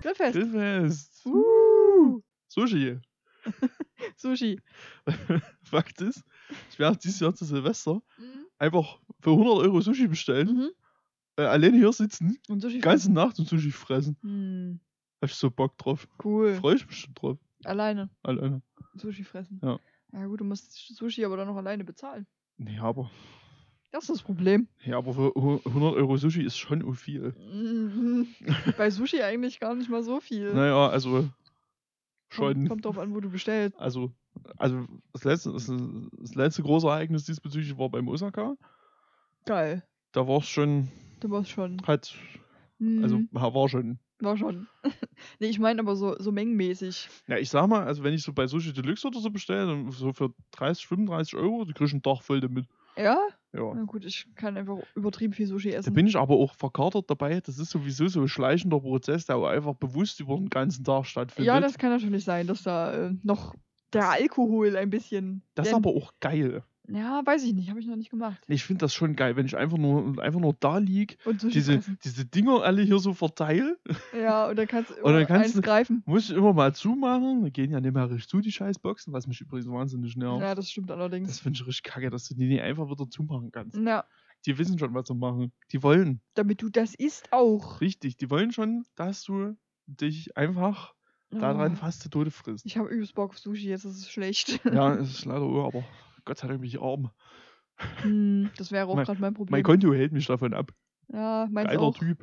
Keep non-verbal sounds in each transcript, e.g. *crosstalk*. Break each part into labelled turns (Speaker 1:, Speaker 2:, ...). Speaker 1: Grillfest.
Speaker 2: Grillfest.
Speaker 1: Uh,
Speaker 2: Sushi. *laughs*
Speaker 1: Sushi.
Speaker 2: Fakt ist, ich werde dieses Jahr zu Silvester
Speaker 1: Mhm.
Speaker 2: einfach für 100 Euro Sushi bestellen,
Speaker 1: Mhm.
Speaker 2: äh, alleine hier sitzen,
Speaker 1: Und Sushi.
Speaker 2: die ganze Nacht und Sushi fressen.
Speaker 1: Hm,
Speaker 2: Hab ich so Bock drauf.
Speaker 1: cool.
Speaker 2: Freue ich mich schon drauf.
Speaker 1: Alleine
Speaker 2: Alleine.
Speaker 1: Sushi fressen.
Speaker 2: Ja.
Speaker 1: Na gut, du musst Sushi aber dann noch alleine bezahlen.
Speaker 2: Nee, aber,
Speaker 1: Das ist das
Speaker 2: *laughs*
Speaker 1: Problem.
Speaker 2: ja, aber für hu- 100 Euro Sushi ist schon auch viel.
Speaker 1: Mhm. Bei Sushi eigentlich gar nicht mal so viel.
Speaker 2: Naja, also
Speaker 1: Kommt,
Speaker 2: schon.
Speaker 1: kommt drauf an, wo du bestellst.
Speaker 2: Also, also das, letzte, das, das letzte große Ereignis diesbezüglich war beim Osaka.
Speaker 1: Geil.
Speaker 2: Da war es schon,
Speaker 1: Du warst schon.
Speaker 2: halt,
Speaker 1: Mhm.
Speaker 2: also war schon.
Speaker 1: War schon. *laughs* nee, ich meine aber so, so mengenmäßig.
Speaker 2: Ja, ich sag mal, also wenn ich so bei Sushi Deluxe oder so bestelle, dann so für 30, 35 Euro, die kriegst du einen Tag voll damit.
Speaker 1: Ja?
Speaker 2: Ja.
Speaker 1: Na gut, ich kann einfach übertrieben viel Sushi
Speaker 2: Da
Speaker 1: essen.
Speaker 2: bin ich aber auch verkatert dabei. Das ist sowieso so ein schleichender Prozess, der auch einfach bewusst über den ganzen Tag stattfindet.
Speaker 1: ja, das kann natürlich sein, dass da äh, noch der Alkohol ein bisschen.
Speaker 2: das ist
Speaker 1: denn-
Speaker 2: aber auch geil.
Speaker 1: Ja, weiß ich nicht, habe ich noch nicht gemacht.
Speaker 2: Ich finde das schon geil, wenn ich einfach nur, einfach nur da lieg,
Speaker 1: Und Sushi
Speaker 2: diese,
Speaker 1: fressen.
Speaker 2: diese Dinger alle hier so verteile,
Speaker 1: Ja, und dann kannst du
Speaker 2: Und dann
Speaker 1: immer
Speaker 2: kannst
Speaker 1: eins
Speaker 2: du-
Speaker 1: greifen.
Speaker 2: muss ich immer mal zumachen. Da gehen ja nicht mehr richtig zu, die Scheißboxen, was mich übrigens wahnsinnig nervt.
Speaker 1: Ja, das stimmt Mhm. allerdings.
Speaker 2: Das finde ich richtig kacke, dass du die nicht einfach wieder zumachen kannst.
Speaker 1: Na,
Speaker 2: Die wissen schon, was sie machen. Die wollen.
Speaker 1: damit du das isst auch.
Speaker 2: Richtig, die wollen schon, dass du dich einfach daran
Speaker 1: Oh,
Speaker 2: fast zu Tode frisst.
Speaker 1: ich habe übelst Bock auf Sushi, jetzt ist es schlecht.
Speaker 2: ja, es ist leider so, aber Gott sei Dank bin ich arm.
Speaker 1: *laughs* Hm, das wäre auch
Speaker 2: Mein-
Speaker 1: gerade mein Problem.
Speaker 2: Mein Konto hält mich davon ab.
Speaker 1: Ja, meinst
Speaker 2: Geiler
Speaker 1: auch.
Speaker 2: Typ.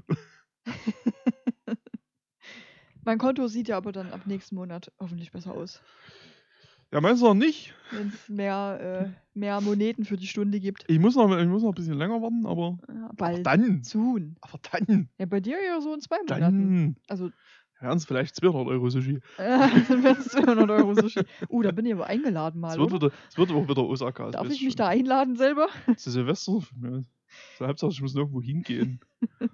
Speaker 1: Mein Konto sieht ja aber dann ab nächsten Monat hoffentlich besser aus.
Speaker 2: Ja, meinst du noch nicht?
Speaker 1: Wenn es mehr, äh, mehr Moneten für die Stunde gibt.
Speaker 2: Ich muss noch, ich muss noch ein bisschen länger warten, aber.
Speaker 1: Ja, bald.
Speaker 2: Dann!
Speaker 1: Soon.
Speaker 2: Aber dann!
Speaker 1: Ja, bei dir ja so in zwei Monaten.
Speaker 2: Dann!
Speaker 1: Also, *laughs*
Speaker 2: Wären es vielleicht 200 Euro Sushi.
Speaker 1: dann wären es 200 Euro Sushi. Oh, da bin ich aber eingeladen mal.
Speaker 2: Es wird,
Speaker 1: oder?
Speaker 2: wieder- es wird aber auch wieder Osaka. das
Speaker 1: Darf
Speaker 2: weiß
Speaker 1: ich mich
Speaker 2: schon.
Speaker 1: da einladen selber?
Speaker 2: Zu Silvester? Ja. So Hauptsache, ich muss
Speaker 1: *laughs*
Speaker 2: nirgendwo hingehen.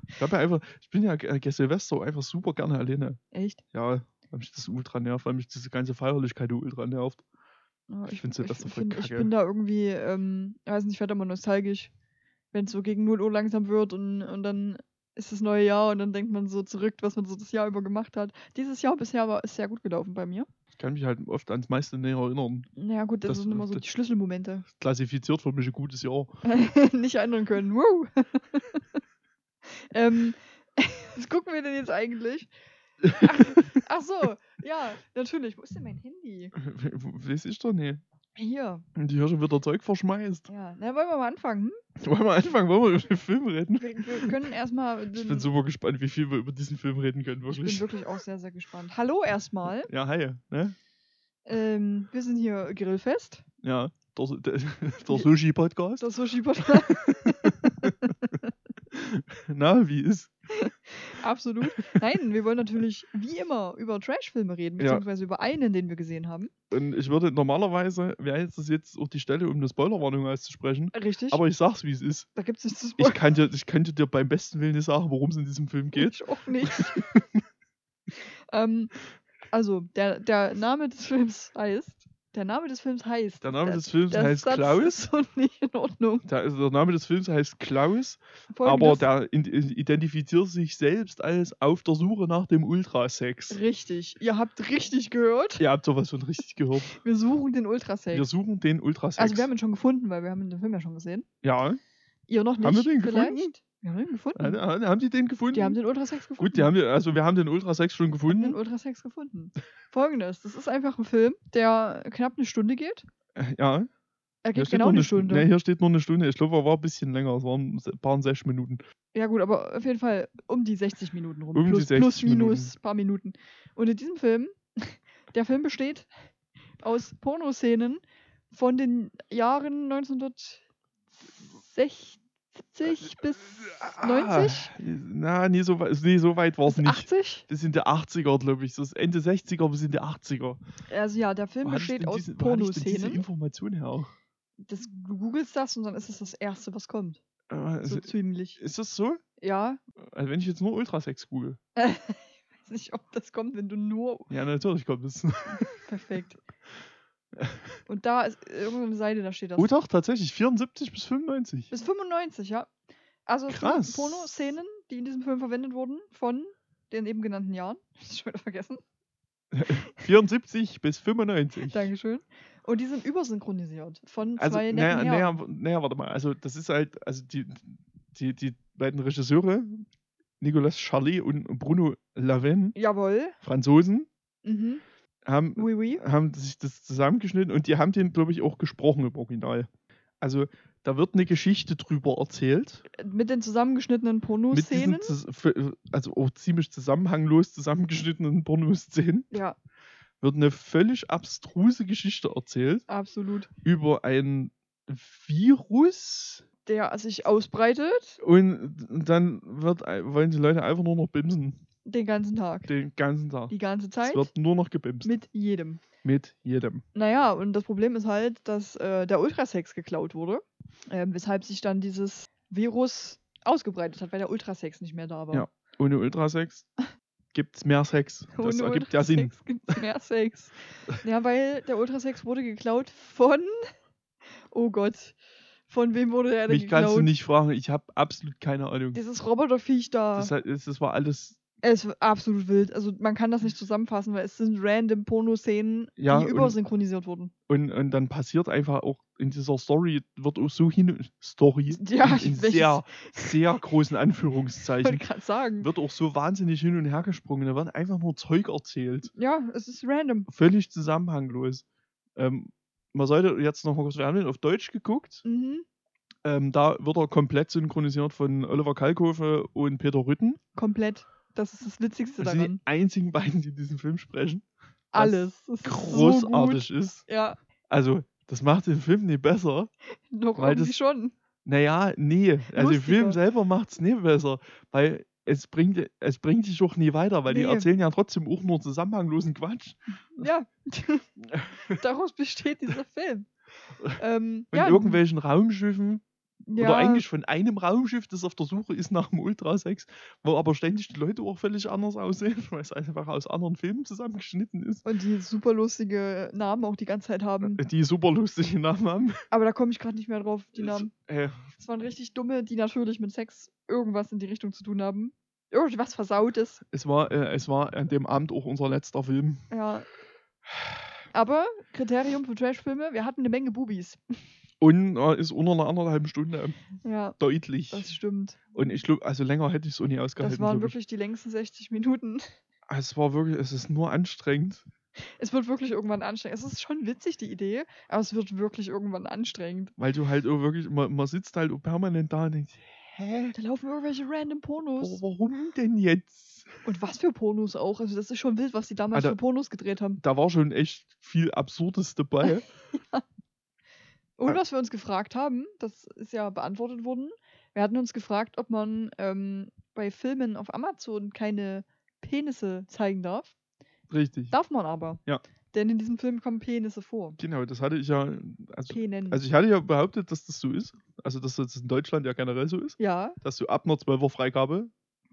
Speaker 2: ich, hab ja einfach, ich bin ja äh, Silvester einfach super gerne alleine.
Speaker 1: Echt?
Speaker 2: Ja, weil mich das ultra nervt, weil mich diese ganze Feierlichkeit ultra nervt.
Speaker 1: Ja,
Speaker 2: Ich find's ja besser
Speaker 1: Oh, ich,
Speaker 2: voll
Speaker 1: find, ich
Speaker 2: kacke.
Speaker 1: bin da irgendwie, ähm, ich weiß nicht, ich werde immer nostalgisch, wenn es so gegen 0 Uhr langsam wird und, und dann ist das neue Jahr und dann denkt man so zurück, was man so das Jahr über gemacht hat. Dieses Jahr bisher war ist sehr gut gelaufen bei mir.
Speaker 2: Ich kann mich halt oft ans meiste näher erinnern.
Speaker 1: Naja gut, das,
Speaker 2: Das-
Speaker 1: sind immer so
Speaker 2: das-
Speaker 1: die Schlüsselmomente. *laughs*
Speaker 2: Klassifiziert für mich ein gutes Jahr. *laughs*
Speaker 1: nicht ändern können. Wow. *laughs* ähm, *laughs* was gucken wir denn jetzt eigentlich? Ach, ach so, ja, natürlich. Wo ist denn mein Handy?
Speaker 2: Weiß ich doch nicht.
Speaker 1: Hier.
Speaker 2: Die hier schon wieder Zeug verschmeißt. *laughs*
Speaker 1: Ja, na, wollen wir mal anfangen? Hm?
Speaker 2: Wollen wir anfangen? Wollen wir über den Film reden?
Speaker 1: Wir, wir können erstmal.
Speaker 2: Ich
Speaker 1: den-
Speaker 2: bin super gespannt, wie viel wir über diesen Film reden können,
Speaker 1: ich bin
Speaker 2: wirklich.
Speaker 1: wirklich auch sehr, sehr gespannt. Hallo erstmal.
Speaker 2: Ja, hi. Ne?
Speaker 1: Ähm, wir sind hier Grillfest.
Speaker 2: Ja, der,
Speaker 1: *laughs*
Speaker 2: der, der Sushi-Podcast.
Speaker 1: Das
Speaker 2: *laughs*
Speaker 1: Sushi-Podcast.
Speaker 2: Na, wie ist?
Speaker 1: Absolut. Nein, wir wollen natürlich wie immer über Trash-Filme reden,
Speaker 2: Ja.
Speaker 1: beziehungsweise über einen, den wir gesehen haben.
Speaker 2: Und ich würde normalerweise, wäre jetzt das jetzt auch die Stelle, um eine Spoilerwarnung auszusprechen.
Speaker 1: Richtig.
Speaker 2: Aber ich sag's, wie es ist.
Speaker 1: da gibt es nichts zu *laughs*
Speaker 2: Ich kann, dir, ich könnte dir beim besten Willen nicht sagen, worum es in diesem Film geht.
Speaker 1: Ich auch nicht. *laughs* ähm, also, der, der Name des Films heißt. Der Name des Films heißt.
Speaker 2: Der Name
Speaker 1: der-
Speaker 2: des Films
Speaker 1: der
Speaker 2: heißt
Speaker 1: Satz
Speaker 2: Klaus.
Speaker 1: Ist so nicht in Ordnung.
Speaker 2: Der, also der Name des Films heißt Klaus, aber
Speaker 1: Folgendes-
Speaker 2: der in- in- identifiziert sich selbst als auf der Suche nach dem Ultrasex.
Speaker 1: Richtig. Ihr habt richtig gehört.
Speaker 2: Ihr habt sowas von richtig gehört.
Speaker 1: Wir suchen den
Speaker 2: Wir
Speaker 1: Ultrasex.
Speaker 2: suchen den Ultrasex.
Speaker 1: Also, wir haben ihn schon gefunden, weil wir haben den Film ja schon gesehen.
Speaker 2: ja,
Speaker 1: Ihr noch nicht.
Speaker 2: Haben wir den
Speaker 1: vielleicht?
Speaker 2: gefunden?
Speaker 1: Wir haben den gefunden.
Speaker 2: haben, äh, haben die den gefunden?
Speaker 1: Die haben den Ultrasex gefunden.
Speaker 2: Gut, die haben, den- also wir haben den Ultrasex schon
Speaker 1: Wir haben den
Speaker 2: gefunden.
Speaker 1: Ultrasex gefunden. Folgendes: Das ist einfach ein Film, der knapp eine Stunde geht.
Speaker 2: Äh, Ja,
Speaker 1: Er
Speaker 2: hier
Speaker 1: geht
Speaker 2: steht,
Speaker 1: genau
Speaker 2: nur
Speaker 1: eine
Speaker 2: eine, Stunde.
Speaker 1: Stunde.
Speaker 2: Nee, hier steht nur eine Stunde. Ich glaube, er war ein bisschen länger. Es waren ein paar sechs Minuten.
Speaker 1: Ja gut, aber auf jeden Fall um die 60 Minuten rum.
Speaker 2: Um die
Speaker 1: plus,
Speaker 2: 60
Speaker 1: plus minus
Speaker 2: Minuten.
Speaker 1: paar Minuten. Und in diesem Film, *laughs* der Film besteht aus Pornoszenen von den Jahren 1960 bis 90,
Speaker 2: Ah, na, nie so, wei- nee, so weit war es
Speaker 1: bis
Speaker 2: nicht.
Speaker 1: 80.
Speaker 2: Das sind die 80er, glaube ich. So ist Ende 60er bis in die 80er.
Speaker 1: Also ja, der Film
Speaker 2: Wo hatte ich
Speaker 1: besteht
Speaker 2: denn
Speaker 1: aus
Speaker 2: diesen- wo hatte ich denn diese
Speaker 1: Pornoszenen.
Speaker 2: Information her?
Speaker 1: Das, du googelst das und dann ist es das Erste, was kommt.
Speaker 2: Äh,
Speaker 1: So
Speaker 2: also,
Speaker 1: ziemlich.
Speaker 2: ist das so?
Speaker 1: Ja,
Speaker 2: Also wenn ich jetzt nur Ultrasex google.
Speaker 1: weiß nicht, ob das kommt, wenn du nur
Speaker 2: Ja, natürlich kommt es. *laughs*
Speaker 1: Perfekt. Und da ist irgendeine Seite, da steht das.
Speaker 2: Oh doch, tatsächlich. 74 bis 95.
Speaker 1: Bis 95, ja. Also es sind
Speaker 2: Krass.
Speaker 1: Porno-Szenen, die in diesem Film verwendet wurden, von den eben genannten Jahren. *laughs* Schon wieder vergessen.
Speaker 2: 74 bis 95.
Speaker 1: Dankeschön. Und die sind übersynchronisiert von
Speaker 2: Also,
Speaker 1: zwei
Speaker 2: naja,
Speaker 1: netten Herren.
Speaker 2: naja, naja, warte mal. Also, das ist halt, also die, die, die beiden Regisseure, Nicolas Charlie und Bruno Lavin,
Speaker 1: Jawohl.
Speaker 2: Franzosen,
Speaker 1: Mhm.
Speaker 2: haben
Speaker 1: Oui, oui.
Speaker 2: haben sich das zusammengeschnitten und die haben den, glaube ich, auch gesprochen im Original. Also da wird eine Geschichte drüber erzählt.
Speaker 1: Mit den zusammengeschnittenen
Speaker 2: Mit
Speaker 1: Pornoszenen.
Speaker 2: diesen, zus- f- also auch ziemlich zusammenhanglos zusammengeschnittenen Pornoszenen
Speaker 1: Ja,
Speaker 2: wird eine völlig abstruse Geschichte erzählt
Speaker 1: absolut.
Speaker 2: über ein Virus
Speaker 1: Der sich ausbreitet
Speaker 2: und dann wird, ein- wollen die Leute einfach nur noch bimsen
Speaker 1: den ganzen Tag.
Speaker 2: den ganzen Tag.
Speaker 1: Die ganze
Speaker 2: Es
Speaker 1: Zeit.
Speaker 2: Genau. wird nur noch gebimst
Speaker 1: Mit jedem.
Speaker 2: mit jedem.
Speaker 1: Naja, und das Problem ist halt, dass äh, der Ultrasex geklaut wurde, ähm, weshalb sich dann dieses Virus ausgebreitet hat, weil der Ultrasex nicht mehr da war.
Speaker 2: Ja,
Speaker 1: *laughs*
Speaker 2: Ohne Ultrasex gibt es mehr Sex. Das
Speaker 1: Ohne
Speaker 2: ergibt ja Sinn.
Speaker 1: Ultrasex gibt's mehr Sex. ja, weil der Ultrasex wurde geklaut von. *laughs* Oh Gott. Von wem wurde er denn
Speaker 2: Mich kannst du
Speaker 1: geklaut?
Speaker 2: nicht fragen, ich habe absolut keine Ahnung.
Speaker 1: Dieses Roboterviech da.
Speaker 2: Das, hat- das, das war alles.
Speaker 1: es ist absolut wild. Also man kann das nicht zusammenfassen, weil es sind random Pornoszenen,
Speaker 2: Ja,
Speaker 1: die
Speaker 2: und-
Speaker 1: übersynchronisiert wurden.
Speaker 2: Und, und dann passiert einfach auch in dieser Story, wird auch so hin. Story.
Speaker 1: *laughs* Ja,
Speaker 2: in in
Speaker 1: welches-
Speaker 2: sehr, sehr großen
Speaker 1: Ich wollte
Speaker 2: Anführungszeichen.
Speaker 1: gerade sagen.
Speaker 2: Wird auch so wahnsinnig hin und her gesprungen. Da wird einfach nur Zeug erzählt.
Speaker 1: Ja, es ist random.
Speaker 2: Völlig zusammenhanglos. Ähm, man sollte jetzt noch mal kurz, wir haben den auf Deutsch geguckt.
Speaker 1: Mhm.
Speaker 2: Ähm, da wird er komplett synchronisiert von Oliver Kalkofe und Peter Rütten.
Speaker 1: Komplett. Das ist das Witzigste
Speaker 2: Das sind die
Speaker 1: daran.
Speaker 2: einzigen beiden, die diesen Film sprechen. was
Speaker 1: Alles. Es ist
Speaker 2: Großartig
Speaker 1: So
Speaker 2: ist.
Speaker 1: gut. Ja,
Speaker 2: Also, das macht den Film nicht besser.
Speaker 1: doch
Speaker 2: Weil
Speaker 1: irgendwie
Speaker 2: das-
Speaker 1: schon.
Speaker 2: Naja, nee. Also, den
Speaker 1: Lustiger.
Speaker 2: Film selber macht es nicht besser. Weil es bringt, es bringt dich auch nie weiter, weil die
Speaker 1: Nee.
Speaker 2: erzählen ja trotzdem auch nur zusammenhanglosen Quatsch. *laughs*
Speaker 1: Ja. Daraus besteht dieser Film. Ähm,
Speaker 2: Von
Speaker 1: ja,
Speaker 2: irgendwelchen Raumschiffen.
Speaker 1: ja,
Speaker 2: Oder eigentlich von einem Raumschiff, das auf der Suche ist nach dem Ultrasex, wo aber ständig die Leute auch völlig anders aussehen, *laughs* weil es einfach aus anderen Filmen zusammengeschnitten ist.
Speaker 1: Und die super lustige Namen auch die ganze Zeit
Speaker 2: *laughs*
Speaker 1: haben.
Speaker 2: Die super lustigen Namen haben.
Speaker 1: Aber da komme ich gerade nicht mehr drauf, die Namen.
Speaker 2: Äh,
Speaker 1: Es waren richtig dumme, die natürlich mit Sex irgendwas in die Richtung zu tun haben. Irgendwas Versautes.
Speaker 2: es, war, äh, es war an dem Abend auch unser letzter Film.
Speaker 1: Ja. Aber Kriterium für Trashfilme, wir hatten eine Menge Bubis.
Speaker 2: Und äh, ist unter einer anderthalben Stunde äh,
Speaker 1: Ja,
Speaker 2: deutlich.
Speaker 1: das stimmt.
Speaker 2: Und ich glaube, also länger hätte ich es auch nie ausgehalten.
Speaker 1: Das waren
Speaker 2: glaub ich.
Speaker 1: wirklich die längsten 60 Minuten.
Speaker 2: Ah, Es war wirklich, es ist nur anstrengend.
Speaker 1: Es wird wirklich irgendwann anstrengend. Es ist schon witzig, die Idee, aber es wird wirklich irgendwann anstrengend.
Speaker 2: Weil du halt auch wirklich, man, man sitzt halt auch permanent da und denkt, hä?
Speaker 1: Da laufen irgendwelche random
Speaker 2: wa-
Speaker 1: Pornos.
Speaker 2: Warum denn jetzt?
Speaker 1: Und was für Pornos auch. Also das ist schon wild, was die damals
Speaker 2: Alter.
Speaker 1: für Pornos gedreht haben.
Speaker 2: Da war schon echt viel
Speaker 1: *laughs*
Speaker 2: Absurdes dabei.
Speaker 1: Und
Speaker 2: Ah.
Speaker 1: was wir uns gefragt haben, das ist ja beantwortet worden. Wir hatten uns gefragt, ob man ähm, bei Filmen auf Amazon keine Penisse zeigen darf.
Speaker 2: Richtig.
Speaker 1: Darf man aber.
Speaker 2: Ja.
Speaker 1: Denn in diesem Film kommen Penisse vor.
Speaker 2: Genau, das hatte ich ja. Also,
Speaker 1: Penen.
Speaker 2: also ich hatte ja behauptet, dass das so ist. Also dass das in Deutschland ja generell so ist.
Speaker 1: ja,
Speaker 2: Dass du ab einer 12er Freigabe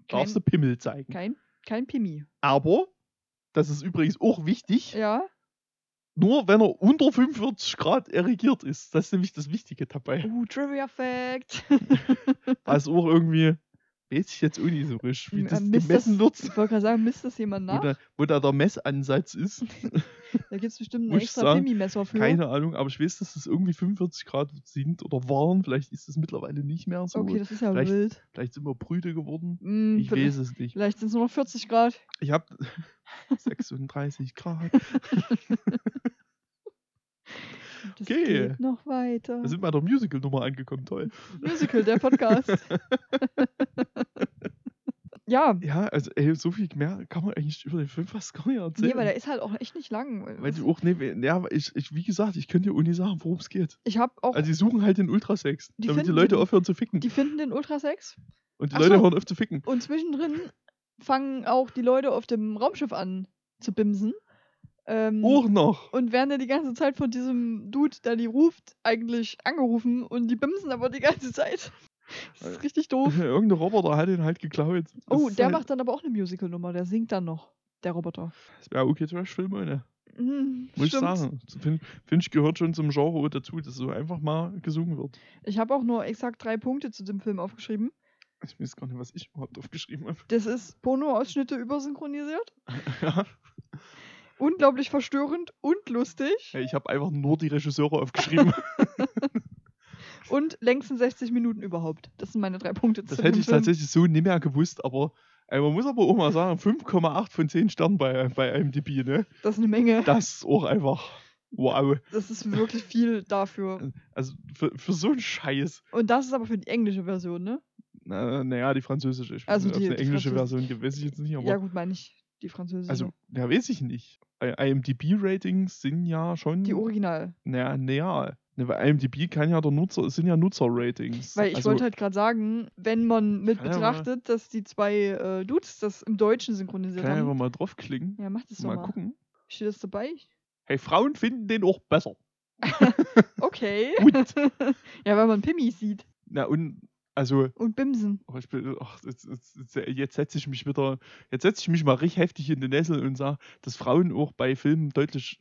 Speaker 2: darfst du
Speaker 1: kein,
Speaker 2: Pimmel zeigen.
Speaker 1: kein, kein Pimi.
Speaker 2: Aber, das ist übrigens auch wichtig,
Speaker 1: Ja,
Speaker 2: nur wenn er unter 45 Grad erigiert ist. Das ist nämlich das Wichtige dabei.
Speaker 1: uh, Trivia
Speaker 2: *laughs*
Speaker 1: Fact. Hm?
Speaker 2: Was auch irgendwie, weiß ich jetzt auch nicht so richtig, wie
Speaker 1: Ähm,
Speaker 2: das
Speaker 1: misst
Speaker 2: gemessen
Speaker 1: *laughs* das,
Speaker 2: wird,
Speaker 1: Ich wollte gerade sagen, misst das jemand
Speaker 2: wo
Speaker 1: nach?
Speaker 2: da, wo da der Messansatz ist.
Speaker 1: Da gibt es bestimmt ein
Speaker 2: Muss ich
Speaker 1: extra
Speaker 2: sagen,
Speaker 1: Pimmi-Messer für.
Speaker 2: Keine Ahnung, aber ich weiß, dass das irgendwie 45 Grad sind oder waren. Vielleicht ist es mittlerweile nicht mehr so.
Speaker 1: okay, das ist ja
Speaker 2: vielleicht-
Speaker 1: wild.
Speaker 2: Vielleicht sind wir Brüde geworden.
Speaker 1: Mm,
Speaker 2: Ich
Speaker 1: vielleicht
Speaker 2: weiß es nicht.
Speaker 1: sind es nur noch 40 Grad.
Speaker 2: Ich *laughs* habe 36 Grad.
Speaker 1: Das
Speaker 2: Okay. Also,
Speaker 1: geht noch weiter.
Speaker 2: Da sind wir bei der Musical-Nummer angekommen. Toll.
Speaker 1: Musical, der *laughs* Podcast. ja, nee,
Speaker 2: Ja, also ey, so viel mehr kann man eigentlich über den Film fast gar nicht erzählen.
Speaker 1: weil der ist halt auch echt nicht lang.
Speaker 2: weil du auch, ne, ja, ich, ich, wie gesagt, ich könnte dir auch nicht sagen, worum es geht.
Speaker 1: ich habe auch,
Speaker 2: Also, die suchen halt den Ultrasex,
Speaker 1: Oh. Die
Speaker 2: damit die
Speaker 1: finden
Speaker 2: Leute
Speaker 1: den-
Speaker 2: aufhören zu ficken.
Speaker 1: die finden den Ultrasex
Speaker 2: Und die
Speaker 1: Ach
Speaker 2: Leute
Speaker 1: so.
Speaker 2: hören auf zu ficken.
Speaker 1: und zwischendrin fangen auch die Leute auf dem Raumschiff an zu bimsen. Ähm,
Speaker 2: Auch noch.
Speaker 1: Und werden ja die ganze Zeit von diesem Dude, der die ruft, eigentlich angerufen und die bimsen aber die ganze Zeit. Das ist richtig doof.
Speaker 2: *laughs* Irgendein Roboter hat ihn halt geklaut. Äh, Das
Speaker 1: Oh,
Speaker 2: ist
Speaker 1: der
Speaker 2: halt,
Speaker 1: macht dann aber auch eine Musical-Nummer, der singt dann noch, der Roboter.
Speaker 2: Das wäre okay Trash-Film ohne.
Speaker 1: Hm,
Speaker 2: Muss
Speaker 1: stimmt.
Speaker 2: ich sagen. Finde find ich gehört schon zum Genre dazu, dass so einfach mal gesungen wird.
Speaker 1: Ich habe auch nur exakt drei Punkte zu dem Film aufgeschrieben.
Speaker 2: Ich weiß gar nicht, was ich überhaupt
Speaker 1: *laughs*
Speaker 2: aufgeschrieben habe.
Speaker 1: Das ist Porno-Ausschnitte übersynchronisiert.
Speaker 2: Ja.
Speaker 1: Unglaublich verstörend und lustig.
Speaker 2: Ich habe einfach nur die
Speaker 1: *laughs*
Speaker 2: Regisseure aufgeschrieben.
Speaker 1: Und längsten 60 Minuten überhaupt. Das sind meine drei Punkte
Speaker 2: Das
Speaker 1: zu
Speaker 2: hätte
Speaker 1: dem
Speaker 2: ich
Speaker 1: Film.
Speaker 2: tatsächlich so nicht mehr gewusst, aber ey, man muss aber auch mal sagen, 5,8 von 10 Sternen bei, bei IMDb, ne?
Speaker 1: Das ist eine Menge.
Speaker 2: Das ist auch einfach wow.
Speaker 1: Das ist wirklich viel dafür.
Speaker 2: Also für, für so einen Scheiß.
Speaker 1: Und das ist aber für die englische Version, ne?
Speaker 2: Na- Naja, die französische. Ich
Speaker 1: Also
Speaker 2: weiß
Speaker 1: die-
Speaker 2: nicht, ob es
Speaker 1: die
Speaker 2: eine englische
Speaker 1: Französ-
Speaker 2: Version gibt, weiß ich jetzt nicht. Aber
Speaker 1: Ja, gut, meine ich die französische.
Speaker 2: also, ja, weiß ich nicht. IMDb-Ratings sind ja schon.
Speaker 1: die Original.
Speaker 2: Naja, naja. Ne, bei IMDb kann ja der Nutzer, es sind ja Nutzer-Ratings.
Speaker 1: Weil ich
Speaker 2: also,
Speaker 1: wollte halt gerade sagen, wenn man mit
Speaker 2: Kann ja mal-
Speaker 1: betrachtet, dass die zwei äh, Dudes das im Deutschen synchronisiert
Speaker 2: Kann ja einfach
Speaker 1: haben.
Speaker 2: mal draufklicken.
Speaker 1: Ja, mach das doch
Speaker 2: mal,
Speaker 1: mal.
Speaker 2: gucken.
Speaker 1: Steht das
Speaker 2: *laughs*
Speaker 1: dabei?
Speaker 2: Hey, Frauen finden den auch besser.
Speaker 1: Okay.
Speaker 2: Gut.
Speaker 1: *laughs* ja, weil man Pimmis sieht
Speaker 2: Na und, also,
Speaker 1: und Bimsen.
Speaker 2: Oh, ich bin, ach, jetzt, jetzt, jetzt- jetzt setze ich mich wieder, jetzt setze ich mich mal richtig heftig in den Nessel und sage, dass Frauen auch bei Filmen deutlich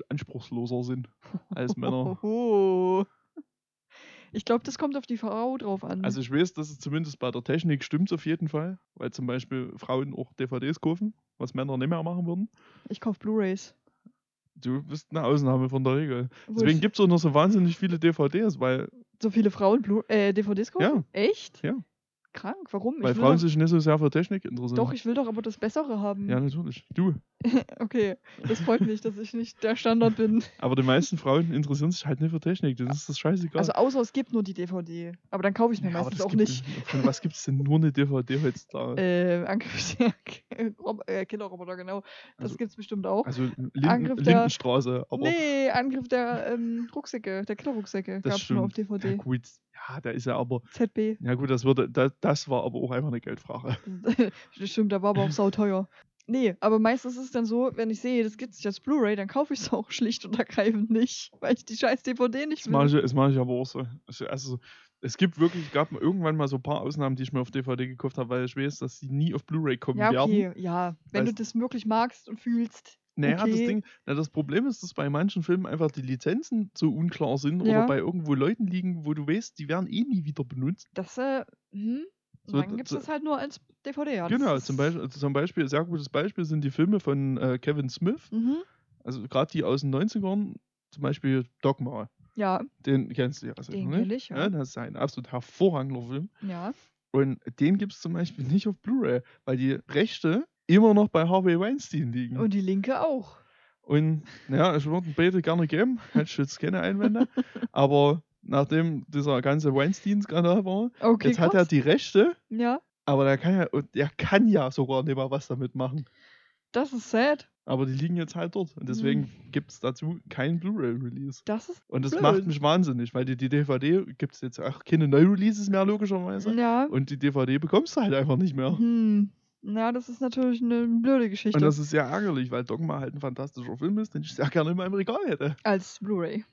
Speaker 1: *laughs*
Speaker 2: anspruchsloser sind als Männer.
Speaker 1: Oho. Ich glaube, das kommt auf die Frau drauf an.
Speaker 2: Also ich weiß, dass es zumindest bei der Technik stimmt auf jeden Fall, weil zum Beispiel Frauen auch DVDs kaufen, was Männer nicht mehr machen würden.
Speaker 1: ich kaufe Blu-Rays.
Speaker 2: Du bist eine Ausnahme von der Regel.
Speaker 1: Obwohl
Speaker 2: Deswegen
Speaker 1: ich
Speaker 2: gibt es auch noch so wahnsinnig viele DVDs, weil,
Speaker 1: so viele Frauen Blu äh, DVDs kaufen? Echt?
Speaker 2: Ja.
Speaker 1: Krank, warum?
Speaker 2: weil
Speaker 1: ich will
Speaker 2: Frauen
Speaker 1: doch,
Speaker 2: sich nicht so sehr für Technik interessieren.
Speaker 1: doch, ich will doch aber das Bessere haben.
Speaker 2: ja, natürlich. Du.
Speaker 1: Okay, das freut mich, dass ich nicht der Standard
Speaker 2: *laughs*
Speaker 1: bin.
Speaker 2: Aber die meisten Frauen interessieren sich halt nicht für Technik. Das ist das scheißegal.
Speaker 1: Also außer es gibt nur die DVD. Aber dann kaufe ich mir
Speaker 2: Ja, aber
Speaker 1: meistens
Speaker 2: das
Speaker 1: auch
Speaker 2: gibt-
Speaker 1: nicht.
Speaker 2: *laughs* Von was gibt es denn nur eine DVD heutzutage?
Speaker 1: Äh, Angriff der *laughs* Rob- äh, Killerroboter, genau. Das
Speaker 2: Also-
Speaker 1: gibt's bestimmt auch.
Speaker 2: also Linden,
Speaker 1: Angriff der-
Speaker 2: Lindenstraße, aber
Speaker 1: nee, Angriff der ähm, Rucksäcke, der Killerrucksäcke
Speaker 2: das
Speaker 1: gab's schon auf
Speaker 2: stimmt. Ja,
Speaker 1: DVD.
Speaker 2: gut, ja, da ist ja aber,
Speaker 1: ZB.
Speaker 2: ja gut, das würde, da, das war aber auch einfach eine Geldfrage.
Speaker 1: *laughs* Das stimmt, da war aber auch sauteuer. Nee, aber meistens ist es dann so, wenn ich sehe, das gibt's nicht als Blu-ray, dann kaufe ich es auch schlicht und ergreifend nicht, *laughs* weil ich die scheiß DVD nicht
Speaker 2: Das mache
Speaker 1: will.
Speaker 2: ich, das mache ich aber auch so. Also, also es gibt wirklich, gab irgendwann mal so ein paar Ausnahmen, die ich mir auf DVD gekauft habe, weil ich weiß, dass sie nie auf Blu-ray kommen
Speaker 1: Ja,
Speaker 2: werden.
Speaker 1: okay, ja. Wenn du
Speaker 2: Weißt-
Speaker 1: das wirklich magst und fühlst.
Speaker 2: Naja,
Speaker 1: okay.
Speaker 2: das Ding, na, das Problem ist, dass bei manchen Filmen einfach die Lizenzen so unklar sind
Speaker 1: Ja.
Speaker 2: oder bei irgendwo Leuten liegen, wo du weißt, die werden eh nie wieder benutzt.
Speaker 1: Das, äh, hm?
Speaker 2: So,
Speaker 1: dann gibt's
Speaker 2: so-
Speaker 1: das halt nur als DVD, ja. das
Speaker 2: Genau,
Speaker 1: ist-
Speaker 2: zum Beispiel, also zum Beispiel, sehr gutes Beispiel sind die Filme von äh, Kevin Smith,
Speaker 1: Mhm.
Speaker 2: also gerade die aus den 90ern, zum Beispiel Dogma.
Speaker 1: Ja,
Speaker 2: Den kennst du ja sicher,
Speaker 1: Den
Speaker 2: ne?
Speaker 1: kenn ich, ja.
Speaker 2: Das ist ein absolut hervorragender Film.
Speaker 1: ja.
Speaker 2: Und den gibt es zum Beispiel nicht auf Blu-ray, weil die Rechte immer noch bei Harvey Weinstein liegen. Und,
Speaker 1: Und die Linke auch.
Speaker 2: ja, ich würde ihn beide gerne geben, hätte ich jetzt keine Einwände. aber nachdem dieser ganze Weinstein-Skandal war,
Speaker 1: Okay,
Speaker 2: jetzt hat er
Speaker 1: krass.
Speaker 2: die Rechte,
Speaker 1: Ja,
Speaker 2: aber der kann ja, und er kann ja sogar nicht mal was damit machen.
Speaker 1: das ist sad.
Speaker 2: Aber die liegen jetzt halt dort. Und deswegen gibt es dazu keinen Blu-ray-Release.
Speaker 1: Das ist,
Speaker 2: Und das
Speaker 1: Hm. Blöd.
Speaker 2: macht mich wahnsinnig, weil die, die DVD gibt es jetzt auch keine Neu-Releases mehr, logischerweise.
Speaker 1: ja.
Speaker 2: Und die DVD bekommst du halt einfach nicht mehr.
Speaker 1: Hm. Ja, das ist natürlich eine blöde Geschichte.
Speaker 2: Und das ist sehr ärgerlich, weil Dogma halt ein fantastischer Film ist, den ich sehr gerne in meinem Regal hätte.
Speaker 1: als Blu-ray.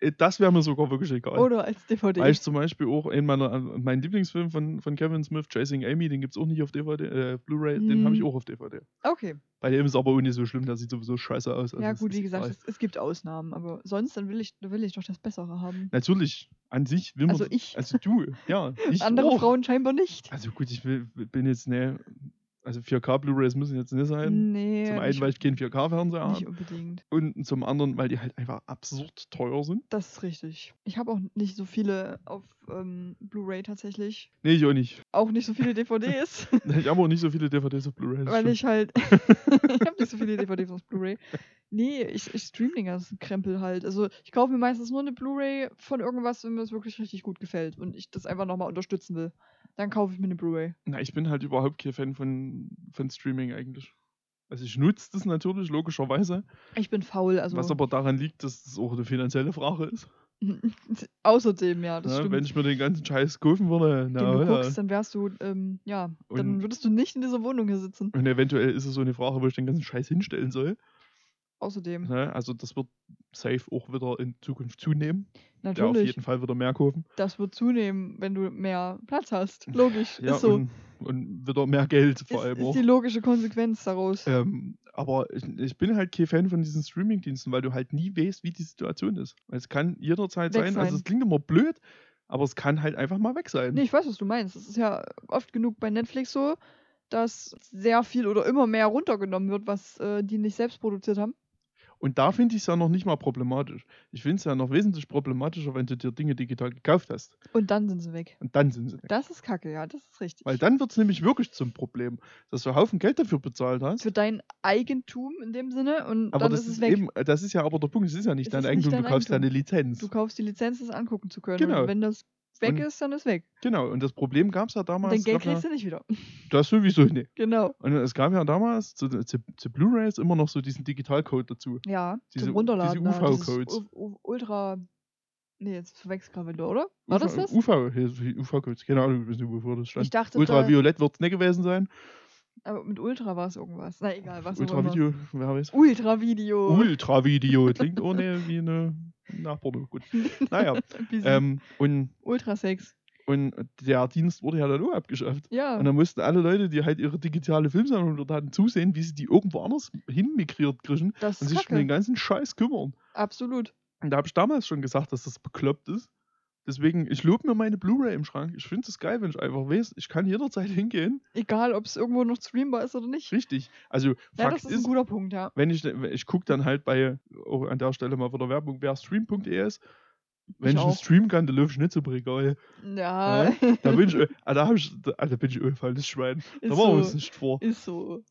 Speaker 2: Äh, Das wäre mir sogar wirklich egal.
Speaker 1: Oder als DVD.
Speaker 2: weil ich zum Beispiel auch in meiner, mein Lieblingsfilm von, von Kevin Smith, Chasing Amy, den gibt es auch nicht auf DVD, äh, Blu-ray, den habe ich
Speaker 1: Hm.
Speaker 2: auch auf DVD.
Speaker 1: Okay.
Speaker 2: Bei dem ist aber auch nicht so schlimm, der sieht sowieso scheiße aus. also
Speaker 1: Ja,
Speaker 2: es
Speaker 1: gut,
Speaker 2: ist
Speaker 1: wie gesagt,
Speaker 2: egal.
Speaker 1: es, es gibt Ausnahmen, aber sonst dann will ich, dann will ich doch das Bessere haben.
Speaker 2: Natürlich, an sich will man.
Speaker 1: Also ich.
Speaker 2: *laughs* Also du, ja. Ich
Speaker 1: Andere
Speaker 2: auch.
Speaker 1: Frauen scheinbar nicht.
Speaker 2: Also gut, ich will, bin jetzt, ne. Also 4K Blu-Rays müssen jetzt nicht sein.
Speaker 1: nee,
Speaker 2: zum einen,
Speaker 1: nicht,
Speaker 2: weil ich keinen 4K-Fernseher habe.
Speaker 1: nicht unbedingt.
Speaker 2: Und zum anderen, weil die halt einfach absurd teuer sind.
Speaker 1: Das ist richtig. Ich habe auch nicht so viele auf ähm, Blu-ray tatsächlich.
Speaker 2: Nee, ich auch nicht. *laughs*
Speaker 1: Auch nicht so viele DVDs.
Speaker 2: Ich habe auch nicht so viele DVDs auf Blu-ray. das
Speaker 1: weil
Speaker 2: stimmt.
Speaker 1: ich halt. *laughs* ich habe nicht so viele DVDs auf Blu-ray. Nee, ich, ich stream den ganzen Krempel halt. Also ich kaufe mir meistens nur eine Blu-ray von irgendwas, wenn mir das wirklich richtig gut gefällt und ich das einfach nochmal unterstützen will. Dann kaufe ich mir eine Blu-ray.
Speaker 2: Na, ich bin halt überhaupt kein Fan von, von Streaming eigentlich. Also ich nutze das natürlich, logischerweise.
Speaker 1: Ich bin faul, also.
Speaker 2: was aber daran liegt, dass das auch eine finanzielle Frage ist.
Speaker 1: *laughs* Außerdem, ja, das
Speaker 2: Ne?
Speaker 1: stimmt.
Speaker 2: Wenn ich mir den ganzen Scheiß kaufen würde,
Speaker 1: Wenn du
Speaker 2: na, ja.
Speaker 1: guckst, dann wärst du, ähm, ja, dann
Speaker 2: Und-
Speaker 1: würdest du nicht in dieser Wohnung hier sitzen.
Speaker 2: Und eventuell ist es so eine Frage, wo ich den ganzen Scheiß hinstellen soll.
Speaker 1: Außerdem.
Speaker 2: Ne? Also das wird safe auch wieder in Zukunft zunehmen. Ja, auf
Speaker 1: Natürlich.
Speaker 2: jeden Fall wieder mehr kaufen.
Speaker 1: das wird zunehmen, wenn du mehr Platz
Speaker 2: *laughs*
Speaker 1: hast. Logisch,
Speaker 2: Ja,
Speaker 1: ist so.
Speaker 2: und, und wieder mehr Geld vor
Speaker 1: Ist,
Speaker 2: allem
Speaker 1: ist
Speaker 2: auch.
Speaker 1: die logische Konsequenz daraus.
Speaker 2: Ähm, aber ich, ich bin halt kein Fan von diesen Streaming-Diensten, weil du halt nie weißt, wie die Situation ist. Weil Es kann jederzeit
Speaker 1: Weg
Speaker 2: sein,
Speaker 1: sein.
Speaker 2: also es klingt immer blöd, Aber es kann halt einfach mal weg sein.
Speaker 1: Nee, ich weiß, was du meinst. Es ist ja oft genug bei Netflix so, dass sehr viel oder immer mehr runtergenommen wird, was äh, die nicht selbst produziert haben.
Speaker 2: Und da finde ich es ja noch nicht mal problematisch. Ich finde es ja noch wesentlich problematischer, wenn du dir Dinge digital gekauft hast.
Speaker 1: Und dann sind sie weg.
Speaker 2: Und dann sind sie weg.
Speaker 1: Das ist kacke, ja, das ist richtig.
Speaker 2: Weil dann wird es nämlich wirklich zum Problem, dass du einen Haufen Geld dafür bezahlt hast.
Speaker 1: Für dein Eigentum in dem Sinne und
Speaker 2: aber
Speaker 1: dann
Speaker 2: das
Speaker 1: ist es weg.
Speaker 2: Eben, äh, das ist ja aber der Punkt, es ist ja nicht
Speaker 1: Es
Speaker 2: dein
Speaker 1: ist nicht
Speaker 2: Eigentum,
Speaker 1: dein
Speaker 2: du kaufst deine
Speaker 1: Eigentum.
Speaker 2: Lizenz.
Speaker 1: Du kaufst die Lizenz, das angucken zu können.
Speaker 2: Genau.
Speaker 1: Und wenn das weg
Speaker 2: Und-
Speaker 1: ist, dann ist weg.
Speaker 2: Genau, und das Problem gab es ja
Speaker 1: Und
Speaker 2: damals.
Speaker 1: dein Geld
Speaker 2: glaub ja,
Speaker 1: kriegst du nicht wieder. *laughs*
Speaker 2: das sowieso nicht.
Speaker 1: genau.
Speaker 2: Und es gab ja damals zu, zu, zu Blu-Rays immer noch so diesen Digitalcode dazu.
Speaker 1: Ja,
Speaker 2: Diese-
Speaker 1: zum Runterladen.
Speaker 2: diese
Speaker 1: da, dieses
Speaker 2: UV-Codes.
Speaker 1: U- U- Ultra. Nee, jetzt verwechsel ich gerade wieder, oder? War das
Speaker 2: UV
Speaker 1: das?
Speaker 2: UV, hier ist die UV-Codes, keine Ahnung, ich weiß nicht, wovor das stand.
Speaker 1: Ich dachte, da,
Speaker 2: Ultraviolett wird es nicht gewesen sein.
Speaker 1: aber mit Ultra war es irgendwas. Na egal, was auch immer.
Speaker 2: Ultravideo, wer weiß.
Speaker 1: Ultravideo.
Speaker 2: Ultravideo, klingt ohne wie eine Nachporno. Gut.
Speaker 1: *laughs*
Speaker 2: Naja,
Speaker 1: Wie sie-
Speaker 2: ähm, und,
Speaker 1: Ultrasex.
Speaker 2: und der Dienst wurde ja dann auch abgeschafft.
Speaker 1: Ja.
Speaker 2: Und dann mussten alle Leute, die halt ihre digitale Filmsammlung dort hatten, zusehen, wie sie die irgendwo anders hinmigriert kriegen
Speaker 1: Das
Speaker 2: und
Speaker 1: ist
Speaker 2: sich um
Speaker 1: kacke.
Speaker 2: den ganzen Scheiß kümmern.
Speaker 1: Absolut.
Speaker 2: Und da habe ich damals schon gesagt, dass das bekloppt ist. Deswegen, ich lobe mir meine Blu-ray im Schrank. Ich finde es geil, wenn ich einfach weiß, ich kann jederzeit *laughs* hingehen.
Speaker 1: Egal, ob es irgendwo noch streambar ist oder nicht.
Speaker 2: Richtig. Also,
Speaker 1: Ja,
Speaker 2: Fakt
Speaker 1: das ist ein
Speaker 2: ist,
Speaker 1: guter Punkt, ja.
Speaker 2: wenn ich, ich gucke dann halt bei, auch an der Stelle mal wieder Werbung, wer stream.es. Wenn ich, einen
Speaker 1: auch.
Speaker 2: streamen kann, dann löfe ich nicht so Regal.
Speaker 1: Ja,
Speaker 2: Da bin ich, ah, da hab ich, da, ah, da bin ich öfalles Schwein.
Speaker 1: *laughs*
Speaker 2: Da
Speaker 1: ist,
Speaker 2: machen wir uns
Speaker 1: so,
Speaker 2: nicht vor.
Speaker 1: ist so.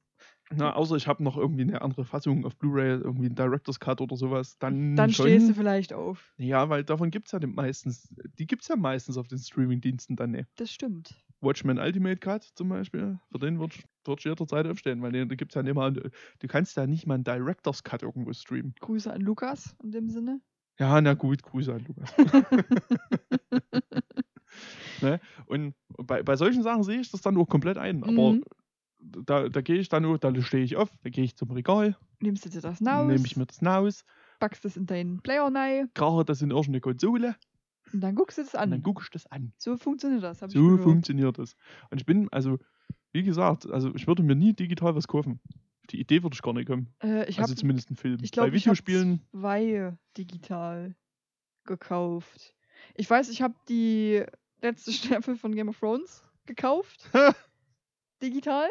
Speaker 2: Na, außer ich habe noch irgendwie eine andere Fassung auf Blu-ray, irgendwie einen Director's Cut oder sowas. Dann,
Speaker 1: Dann
Speaker 2: Hm, schon.
Speaker 1: stehst du vielleicht auf.
Speaker 2: Ja, weil davon gibt es ja den meistens, die gibt es ja meistens auf den Streaming-Diensten dann nicht.
Speaker 1: Das stimmt.
Speaker 2: Watchmen Ultimate Cut zum Beispiel, für den wird, wird jederzeit aufstehen, weil den, da gibt es ja nicht mal, du kannst ja nicht mal einen Director's Cut irgendwo streamen.
Speaker 1: Grüße an Lukas in dem Sinne.
Speaker 2: Ja, na gut, Grüße an Lukas. *laughs* ne? Und bei, bei solchen Sachen sehe ich das dann auch komplett ein, aber
Speaker 1: Mhm.
Speaker 2: da, da gehe ich dann auch, da stehe ich auf, da gehe ich zum Regal,
Speaker 1: Nimmst du dir das
Speaker 2: dann
Speaker 1: raus,
Speaker 2: nehme ich mir das raus,
Speaker 1: packst es in deinen Player rein
Speaker 2: krache das in irgendeine Konsole
Speaker 1: und dann guckst du das
Speaker 2: und
Speaker 1: an.
Speaker 2: dann gucke ich das an.
Speaker 1: so funktioniert das. hab ich
Speaker 2: So
Speaker 1: gehört.
Speaker 2: funktioniert das. Und ich bin, also, wie gesagt, also ich würde mir nie digital was kaufen. Auf Die Idee würde ich gar nicht kommen.
Speaker 1: äh, ich
Speaker 2: also
Speaker 1: habe
Speaker 2: zumindest einen Film.
Speaker 1: ich glaub,
Speaker 2: Bei
Speaker 1: ich hab
Speaker 2: Videospielen,
Speaker 1: zwei digital gekauft. Ich weiß, ich habe die letzte *laughs* Staffel von Game of Thrones
Speaker 2: *laughs*
Speaker 1: gekauft. digital.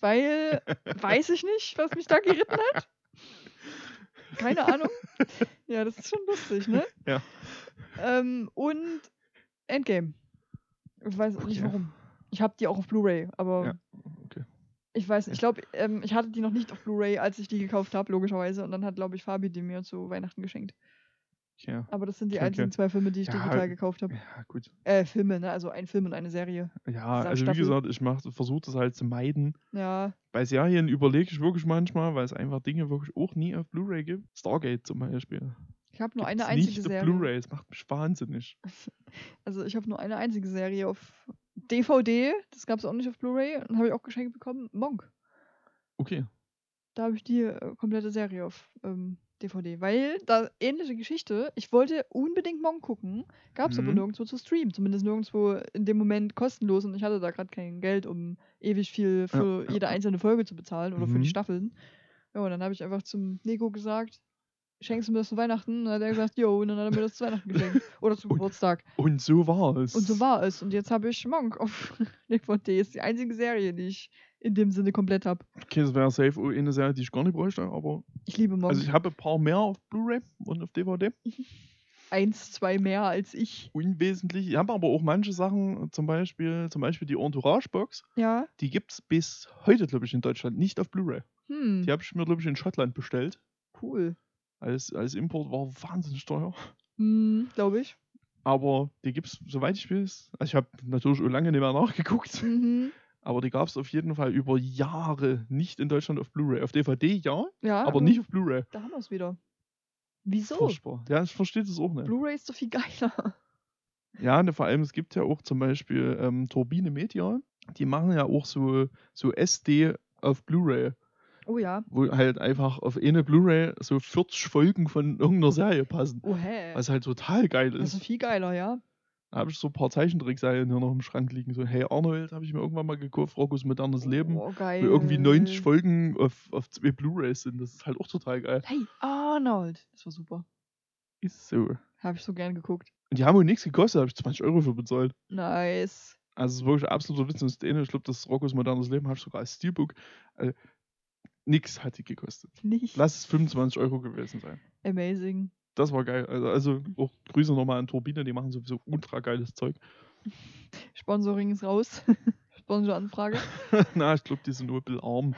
Speaker 1: weil weiß ich nicht, was mich da geritten hat. Keine Ahnung. Ja, das ist schon lustig, ne?
Speaker 2: Ja.
Speaker 1: Ähm, und Endgame. Ich weiß nicht
Speaker 2: Okay.
Speaker 1: warum. Ich habe die auch auf Blu-ray, aber
Speaker 2: Ja, okay.
Speaker 1: ich weiß, nicht. ich glaube, ähm, ich hatte die noch nicht auf Blu-ray, als ich die gekauft habe, logischerweise. Und dann hat, glaube ich, Fabi die mir zu Weihnachten geschenkt.
Speaker 2: ja.
Speaker 1: Aber das sind die
Speaker 2: Okay, okay.
Speaker 1: einzigen zwei Filme, die ich
Speaker 2: Ja, halt.
Speaker 1: digital gekauft habe.
Speaker 2: ja, gut.
Speaker 1: Äh, Filme, ne? Also ein Film und eine Serie.
Speaker 2: Ja,
Speaker 1: Dieser
Speaker 2: also wie
Speaker 1: Staffel.
Speaker 2: gesagt, ich versuche das halt zu meiden.
Speaker 1: Ja,
Speaker 2: Bei Serien überlege ich wirklich manchmal, weil es einfach Dinge wirklich auch nie auf Blu-ray gibt. Stargate zum Beispiel.
Speaker 1: ich habe nur eine
Speaker 2: Gibt's
Speaker 1: einzige
Speaker 2: nicht auf
Speaker 1: Serie.
Speaker 2: Blu-ray, es macht mich wahnsinnig.
Speaker 1: Also ich habe nur eine einzige Serie auf DVD, das gab es auch nicht auf Blu-ray und habe ich auch geschenkt bekommen, Monk.
Speaker 2: Okay.
Speaker 1: Da habe ich die äh, komplette Serie auf ähm, DVD, weil da ähnliche Geschichte. Ich wollte unbedingt Monk gucken, gab es aber
Speaker 2: Mhm.
Speaker 1: nirgendwo zu streamen, zumindest nirgendwo in dem Moment kostenlos und ich hatte da gerade kein Geld, um ewig viel für
Speaker 2: ja,
Speaker 1: jede
Speaker 2: ja.
Speaker 1: einzelne Folge zu bezahlen oder für
Speaker 2: Mhm.
Speaker 1: die Staffeln. Ja, und dann habe ich einfach zum Nico gesagt, schenkst du mir das zu Weihnachten? Und dann hat er gesagt, jo, und dann hat er mir das zu Weihnachten
Speaker 2: *laughs*
Speaker 1: geschenkt oder zum
Speaker 2: Und-
Speaker 1: Geburtstag.
Speaker 2: Und so war es.
Speaker 1: Und so war es. Und jetzt habe ich Monk auf *laughs* DVD. Ist die einzige Serie, die ich in dem Sinne komplett habe.
Speaker 2: Okay, das wäre safe eine Serie, die ich gar nicht bräuchte, aber
Speaker 1: Ich liebe Monk.
Speaker 2: Also ich habe ein paar mehr auf Blu-ray und auf DVD.
Speaker 1: Eins, zwei mehr als ich.
Speaker 2: Unwesentlich. Ich habe aber auch manche Sachen, äh, zum Beispiel, zum Beispiel die Entourage-Box,
Speaker 1: Ja.
Speaker 2: die gibt es bis heute, glaube ich, in Deutschland nicht auf Blu-ray.
Speaker 1: Hm.
Speaker 2: Die habe ich mir, glaube ich, in Schottland bestellt.
Speaker 1: Cool.
Speaker 2: Als, als Import war wahnsinnig teuer.
Speaker 1: Hm, glaube ich.
Speaker 2: Aber die gibt es, soweit ich weiß. Also ich habe natürlich schon lange nicht mehr nachgeguckt.
Speaker 1: Mhm.
Speaker 2: Aber die gab es auf jeden Fall über Jahre nicht in Deutschland auf Blu-ray. Auf DVD ja,
Speaker 1: Ja.
Speaker 2: aber nicht auf Blu-ray.
Speaker 1: Da haben wir es wieder. Wieso?
Speaker 2: Furchtbar. Ja, ich verstehe das auch nicht.
Speaker 1: Blu-ray ist doch viel geiler.
Speaker 2: Ja, ne, vor allem, es gibt ja auch zum Beispiel ähm, Turbine Media, die machen ja auch so, so SD auf Blu-ray,
Speaker 1: *laughs* Oh ja.
Speaker 2: wo halt einfach auf eine Blu-ray so 40 Folgen von irgendeiner Serie passen.
Speaker 1: Oh hä.
Speaker 2: Was halt total geil
Speaker 1: das
Speaker 2: ist.
Speaker 1: ist viel geiler, ja.
Speaker 2: Da habe ich so ein paar Zeichentrickserien hier noch im Schrank liegen. So, hey Arnold, habe ich mir irgendwann mal gekauft, Rocco's modernes Leben.
Speaker 1: Oh, geil.
Speaker 2: Wo irgendwie 90 Folgen auf, auf zwei Blu-rays sind. Das ist halt auch total geil.
Speaker 1: Hey, Arnold. Das war super.
Speaker 2: Ist so.
Speaker 1: Habe ich so gern geguckt.
Speaker 2: Und die haben auch nichts gekostet, da habe ich 20 Euro für bezahlt.
Speaker 1: Nice.
Speaker 2: Also es ist wirklich absoluter Witz und Szene. Ich glaube, das Rockos modernes Leben habe ich sogar als Steelbook. Äh, nix hat die gekostet.
Speaker 1: Nicht
Speaker 2: Lass es 25 Euro gewesen sein.
Speaker 1: amazing.
Speaker 2: Das war geil. Also, also auch Grüße nochmal an Turbine, die machen sowieso ultra geiles Zeug.
Speaker 1: Sponsoring ist raus. *laughs* Sponsoranfrage.
Speaker 2: *laughs* Na, ich glaube, die sind nur ein
Speaker 1: *laughs*
Speaker 2: bisschen arm.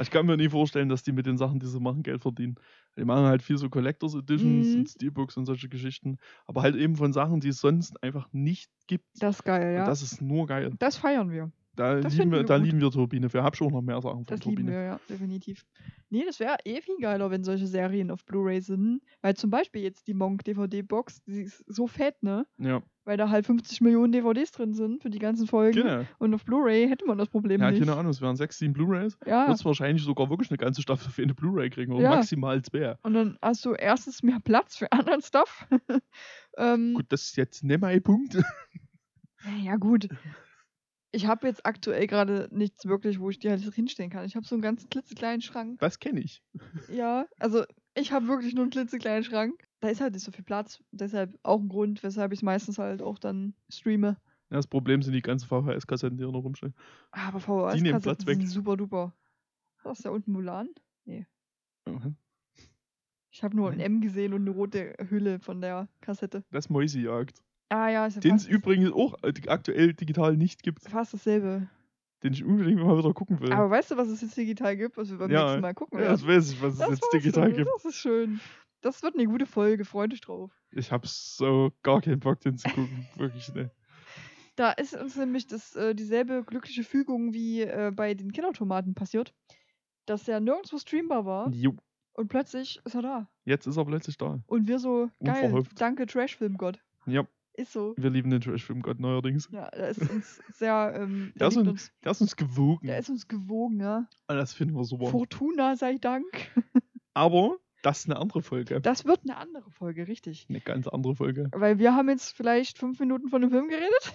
Speaker 2: ich kann mir nie vorstellen, dass die mit den Sachen, die sie machen, Geld verdienen. Die machen halt viel so Collectors Editions
Speaker 1: Mhm.
Speaker 2: und Steelbooks und solche Geschichten. Aber halt eben von Sachen, die es sonst einfach nicht gibt.
Speaker 1: Das ist geil, ja.
Speaker 2: Und
Speaker 1: Das,
Speaker 2: das ist nur geil.
Speaker 1: feiern wir.
Speaker 2: Da,
Speaker 1: Das
Speaker 2: lieben
Speaker 1: finden
Speaker 2: wir,
Speaker 1: wir
Speaker 2: da
Speaker 1: gut.
Speaker 2: lieben wir Turbine. Wir haben schon noch mehr Sachen von
Speaker 1: Das lieben
Speaker 2: Turbine.
Speaker 1: wir, ja, definitiv. Nee, das wäre eh viel geiler, wenn solche Serien auf Blu-ray sind. Weil zum Beispiel jetzt die Monk-DVD-Box, die ist so fett, ne?
Speaker 2: Ja,
Speaker 1: Weil da halt 50 Millionen DVDs drin sind für die ganzen Folgen.
Speaker 2: genau.
Speaker 1: Und auf Blu-ray hätte man das Problem
Speaker 2: Ja, genau.
Speaker 1: nicht.
Speaker 2: keine Ahnung, es wären sechs, sieben Blu-Rays.
Speaker 1: Ja,
Speaker 2: Würdest wahrscheinlich sogar wirklich eine ganze Staffel für eine Blu-Ray kriegen oder
Speaker 1: Ja.
Speaker 2: maximal zwei.
Speaker 1: und dann hast du erstens mehr Platz für anderen Stuff. *laughs* ähm,
Speaker 2: Gut, das ist jetzt nicht mein Punkt. *laughs*
Speaker 1: Ja, gut. Ich habe jetzt aktuell gerade nichts wirklich, wo ich die halt hinstellen kann. Ich habe so einen ganz klitzekleinen Schrank.
Speaker 2: Das kenne ich.
Speaker 1: Ja, also ich habe wirklich nur einen klitzekleinen Schrank. Da ist halt nicht so viel Platz. Deshalb auch ein Grund, weshalb ich meistens halt auch dann streame.
Speaker 2: Ja, das Problem sind die ganzen VHS-Kassetten, die hier noch rumstehen.
Speaker 1: Aber
Speaker 2: Die nehmen
Speaker 1: VHS-Kassetten
Speaker 2: Platz weg.
Speaker 1: sind super duper. Was ist da unten Mulan?
Speaker 2: Mhm.
Speaker 1: Ich habe nur ein
Speaker 2: Nein.
Speaker 1: M gesehen und eine rote Hülle von der Kassette.
Speaker 2: Das Mäusejagd.
Speaker 1: Ah ja, ist ja
Speaker 2: Den es
Speaker 1: fast,
Speaker 2: übrigens auch äh, aktuell digital nicht gibt.
Speaker 1: fast dasselbe.
Speaker 2: Den ich unbedingt mal wieder gucken will.
Speaker 1: Aber weißt du, was es jetzt digital gibt, was wir beim
Speaker 2: Ja,
Speaker 1: nächsten Mal gucken
Speaker 2: ja, das weiß ich, was es
Speaker 1: Das
Speaker 2: jetzt
Speaker 1: war's
Speaker 2: digital
Speaker 1: schon.
Speaker 2: gibt.
Speaker 1: Das ist schön. Das wird eine gute Folge, freue dich drauf.
Speaker 2: Ich habe so gar keinen Bock, den zu
Speaker 1: *laughs*
Speaker 2: gucken. Wirklich, ne.
Speaker 1: Da ist uns nämlich das, äh, dieselbe glückliche Fügung wie äh, bei den Kindertomaten passiert, dass er nirgendwo streambar war
Speaker 2: Jo.
Speaker 1: und plötzlich ist er da.
Speaker 2: Jetzt ist er plötzlich da.
Speaker 1: Und wir so, geil,
Speaker 2: Unverhofft.
Speaker 1: danke Trashfilmgott.
Speaker 2: Ja,
Speaker 1: Ist so.
Speaker 2: wir lieben den Trashfilm Gott neuerdings.
Speaker 1: Ja, da ist uns sehr, ähm,
Speaker 2: Der
Speaker 1: der,
Speaker 2: ist
Speaker 1: liegt
Speaker 2: ein-
Speaker 1: uns,
Speaker 2: Der ist uns gewogen.
Speaker 1: der ist uns gewogen, ja.
Speaker 2: Und das finden wir super.
Speaker 1: Fortuna sei Dank.
Speaker 2: Aber das ist eine andere Folge.
Speaker 1: Das wird eine andere Folge, richtig.
Speaker 2: Eine ganz andere Folge.
Speaker 1: Weil wir haben jetzt vielleicht fünf Minuten von dem Film geredet.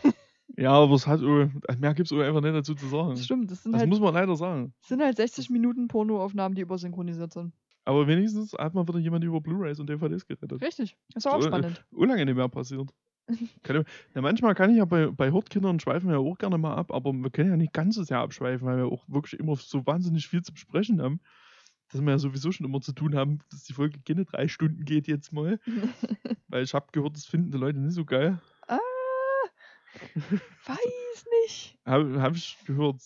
Speaker 2: Ja, aber es hat äh, mehr gibt es einfach nicht dazu zu sagen.
Speaker 1: Das
Speaker 2: Das,
Speaker 1: stimmt, das sind halt
Speaker 2: muss man leider sagen.
Speaker 1: sind halt 60 Minuten Pornoaufnahmen, die übersynchronisiert sind.
Speaker 2: Aber wenigstens hat mal wieder jemand über Blu-Rays und DVDs geredet.
Speaker 1: Richtig. Ist doch auch
Speaker 2: So, äh,
Speaker 1: spannend.
Speaker 2: Unlange nicht mehr passiert. Kann, ja- na, manchmal kann ich ja bei, bei Hortkindern schweifen wir ja auch gerne mal ab, aber wir können ja nicht ganz so sehr abschweifen, weil wir auch wirklich immer so wahnsinnig viel zu besprechen haben. Dass wir ja sowieso schon immer zu tun haben, dass die Folge keine drei Stunden geht
Speaker 1: *laughs*
Speaker 2: jetzt mal. weil ich habe gehört, das finden die Leute nicht so geil. *laughs*
Speaker 1: Ah, weiß nicht.
Speaker 2: Habe hab ich gehört.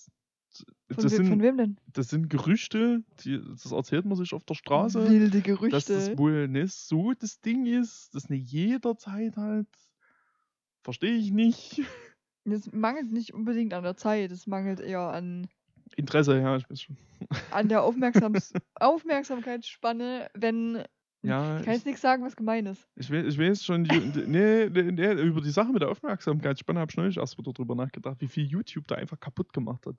Speaker 1: Von,
Speaker 2: Das
Speaker 1: we von
Speaker 2: sind,
Speaker 1: wem denn?
Speaker 2: das sind Gerüchte, die, das erzählt man sich auf der Straße.
Speaker 1: *laughs* Wilde
Speaker 2: dass das
Speaker 1: Gerüchte.
Speaker 2: wohl nicht so das Ding ist, dass nicht jederzeit halt. Verstehe ich nicht.
Speaker 1: Das, mangelt nicht unbedingt an der Zeit, es mangelt eher an,
Speaker 2: Interesse, ja, ich weiß
Speaker 1: Hm,
Speaker 2: schon.
Speaker 1: an der Aufmerksams
Speaker 2: *laughs*
Speaker 1: Aufmerksamkeitsspanne, wenn.
Speaker 2: Ja,
Speaker 1: Ich kann
Speaker 2: ich,
Speaker 1: jetzt nichts sagen, was gemein ist.
Speaker 2: ich, we- ich weiß schon, die, die- nee, nee, nee, über die Sache mit der Aufmerksamkeitsspanne habe ich neulich erst wieder drüber nachgedacht, wie viel YouTube da einfach kaputt gemacht hat,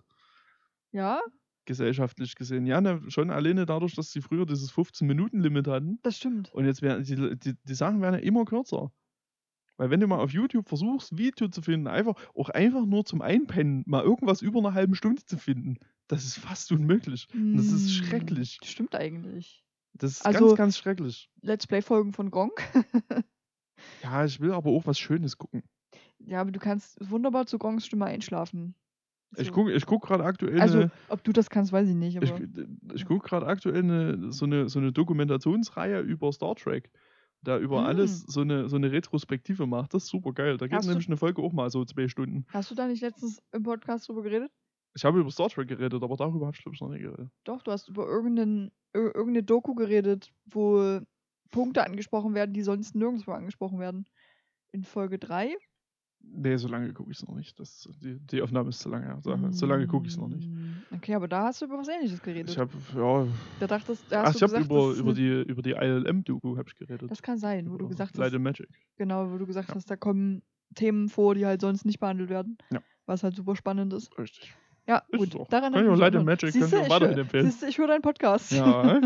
Speaker 1: Ja,
Speaker 2: gesellschaftlich gesehen. Ja, ne, schon alleine dadurch, dass sie früher dieses 15-Minuten-Limit hatten.
Speaker 1: das stimmt.
Speaker 2: Und jetzt werden die, die, die Sachen werden ja immer kürzer. Weil wenn du mal auf YouTube versuchst, ein Video zu finden, einfach, auch einfach nur zum Einpennen, mal irgendwas über eine halbe Stunde zu finden, das ist fast unmöglich. Und das ist
Speaker 1: Hm,
Speaker 2: schrecklich.
Speaker 1: Stimmt eigentlich.
Speaker 2: Das ist
Speaker 1: Also-
Speaker 2: ganz, ganz schrecklich.
Speaker 1: Let's Play-Folgen von Gronk.
Speaker 2: Ja, ich will aber auch was Schönes gucken.
Speaker 1: Ja, aber du kannst wunderbar zu Gronks Stimme einschlafen.
Speaker 2: Ich
Speaker 1: So.
Speaker 2: gucke ich guck gerade aktuell,
Speaker 1: Also,
Speaker 2: eine,
Speaker 1: ob du das kannst, weiß ich nicht. Aber
Speaker 2: ich, ich guck grad aktuell eine, so, eine, so eine Dokumentationsreihe über Star Trek. Da über
Speaker 1: Hm.
Speaker 2: alles so eine, so eine Retrospektive macht. Das ist super geil. Da gibt
Speaker 1: Hast
Speaker 2: es
Speaker 1: du-
Speaker 2: nämlich eine Folge auch mal so zwei Stunden.
Speaker 1: Hast du da nicht letztens im Podcast drüber geredet?
Speaker 2: Ich habe über Star Trek geredet, aber darüber habe ich glaube ich noch nicht geredet.
Speaker 1: Doch, du hast über irgendeinen, ir- irgendeine Doku geredet, wo Punkte angesprochen werden, die sonst nirgendwo angesprochen werden. In Folge 3.
Speaker 2: Nee, so lange gucke ich es noch nicht. Das, die, die Aufnahme ist zu lange. her. So, so lange gucke ich es noch nicht.
Speaker 1: Mm, Okay, aber da hast du über was ähnliches geredet.
Speaker 2: Ich habe ja,
Speaker 1: da dachtest da
Speaker 2: ach,
Speaker 1: hast
Speaker 2: ich
Speaker 1: du
Speaker 2: habe
Speaker 1: gesagt,
Speaker 2: über,
Speaker 1: das, ist
Speaker 2: über,
Speaker 1: eine-
Speaker 2: die, über die ILM-Doku habe ich geredet.
Speaker 1: das kann sein, wo du
Speaker 2: Über
Speaker 1: gesagt
Speaker 2: Light
Speaker 1: hast,
Speaker 2: and Magic.
Speaker 1: genau, wo du gesagt
Speaker 2: Ja.
Speaker 1: hast, da kommen Themen vor, die halt sonst nicht behandelt werden.
Speaker 2: Ja.
Speaker 1: Was halt super spannend ist.
Speaker 2: Richtig.
Speaker 1: Ja,
Speaker 2: Ist
Speaker 1: gut.
Speaker 2: so.
Speaker 1: Daran
Speaker 2: Kann
Speaker 1: hab
Speaker 2: ich auch
Speaker 1: mich
Speaker 2: Light and
Speaker 1: erinnert.
Speaker 2: Magic, kann ich
Speaker 1: Siehste,
Speaker 2: auch
Speaker 1: ich
Speaker 2: weiter
Speaker 1: hör-
Speaker 2: empfehlen.
Speaker 1: siehste, ich höre deinen Podcast.
Speaker 2: Ja,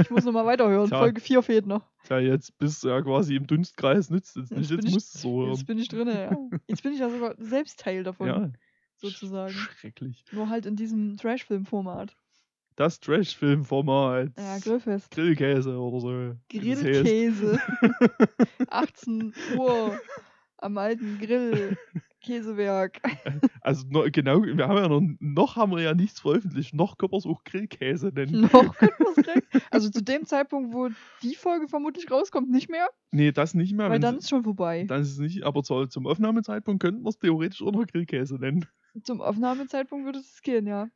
Speaker 1: Ich muss nochmal weiterhören.
Speaker 2: Tja.
Speaker 1: Folge 4 fehlt noch.
Speaker 2: ja, jetzt bist du ja quasi im Dunstkreis, nützt es
Speaker 1: Jetzt
Speaker 2: nicht.
Speaker 1: bin
Speaker 2: Jetzt
Speaker 1: ich- *laughs*
Speaker 2: musst du so hören.
Speaker 1: Jetzt bin ich drin, ja. Jetzt bin ich ja sogar selbst Teil davon,
Speaker 2: Ja,
Speaker 1: sozusagen.
Speaker 2: schrecklich.
Speaker 1: Nur halt in diesem Trash-Film-Format.
Speaker 2: das Trash-Filmformat.
Speaker 1: Ja, Grillfest.
Speaker 2: Grillkäse oder so. wie das heißt.
Speaker 1: Grillkäse. *laughs* 18 Uhr am alten Grill. Käsewerk.
Speaker 2: Also no, genau, wir haben ja noch, noch haben wir ja nichts veröffentlicht, noch können wir es auch Grillkäse nennen.
Speaker 1: *laughs* Noch könnte man's kriegen. Also zu dem Zeitpunkt, wo die Folge vermutlich rauskommt, nicht mehr,
Speaker 2: Nee, das nicht mehr.
Speaker 1: weil
Speaker 2: wenn's-
Speaker 1: dann ist schon vorbei.
Speaker 2: *laughs* dann ist es nicht, aber zu, zum Aufnahmezeitpunkt könnten wir es theoretisch auch noch Grillkäse nennen.
Speaker 1: Zum Aufnahmezeitpunkt würde es gehen, ja.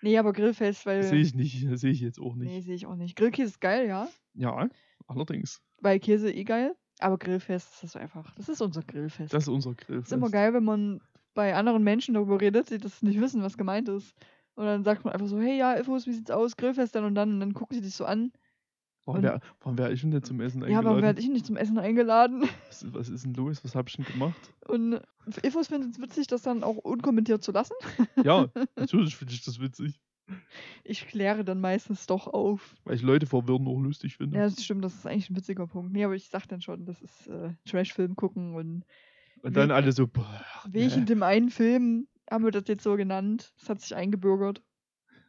Speaker 1: Nee, aber Grillfest, weil.
Speaker 2: Das Sehe ich nicht, das sehe ich jetzt auch nicht.
Speaker 1: Nee, sehe ich auch nicht. Grillkäse ist geil, ja.
Speaker 2: Ja, allerdings.
Speaker 1: Weil Käse eh geil. Aber Grillfest ist das einfach. Das ist unser Grillfest.
Speaker 2: Das ist unser Grill.
Speaker 1: ist immer geil, wenn man bei anderen Menschen darüber redet, die das nicht wissen, was gemeint ist. Und dann sagt man einfach so, hey, ja, Infos, wie sieht's aus? Grillfest dann und dann. Und dann gucken sie dich so an.
Speaker 2: Warum wäre wär ich denn nicht zum Essen
Speaker 1: Ja, warum
Speaker 2: eingeladen?
Speaker 1: werde ich nicht zum Essen eingeladen? *laughs*
Speaker 2: was, was ist denn los? Was hab ich denn gemacht?
Speaker 1: Und Infos findet es witzig, das dann auch unkommentiert zu lassen.
Speaker 2: Ja, natürlich finde ich das witzig.
Speaker 1: Ich kläre dann meistens doch auf.
Speaker 2: Weil ich Leute verwirren auch lustig finde.
Speaker 1: Ja, das stimmt, das ist eigentlich ein witziger Punkt. Nee, aber ich sag dann schon, das ist äh, Trash-Film gucken und
Speaker 2: Und dann alle so, boah,
Speaker 1: welchen
Speaker 2: nee,
Speaker 1: dem einen Film haben wir das jetzt so genannt? Das hat sich eingebürgert.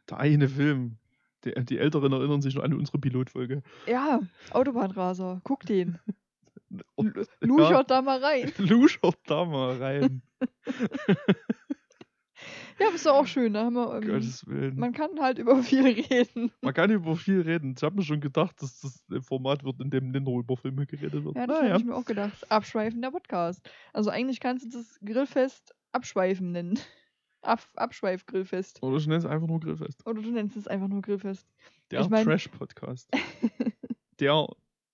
Speaker 2: der eine Film. Die, die Älteren erinnern sich noch an unsere Pilotfolge.
Speaker 1: Ja, Autobahnraser, guck den.
Speaker 2: Und-
Speaker 1: Luchert
Speaker 2: *laughs* Ja,
Speaker 1: da mal rein.
Speaker 2: *laughs* Luschert da
Speaker 1: *laughs*
Speaker 2: mal rein.
Speaker 1: Ja, ist doch auch schön. Da haben wir, ähm,
Speaker 2: Gottes Willen.
Speaker 1: man kann halt über *laughs* viel reden.
Speaker 2: Man kann über viel reden. Ich habe mir schon gedacht, dass das ein Format wird, in dem nicht nur über Filme geredet wird.
Speaker 1: Ja, das
Speaker 2: naja,
Speaker 1: habe ich mir auch gedacht. Abschweifender Podcast. Also eigentlich kannst du das Grillfest Abschweifen nennen. *laughs* Ab, Abschweif-Grillfest.
Speaker 2: oder ich nenne es einfach nur Grillfest.
Speaker 1: Oder du nennst es einfach nur Grillfest.
Speaker 2: Der
Speaker 1: Ich mein- *laughs*
Speaker 2: Trash-Podcast. Der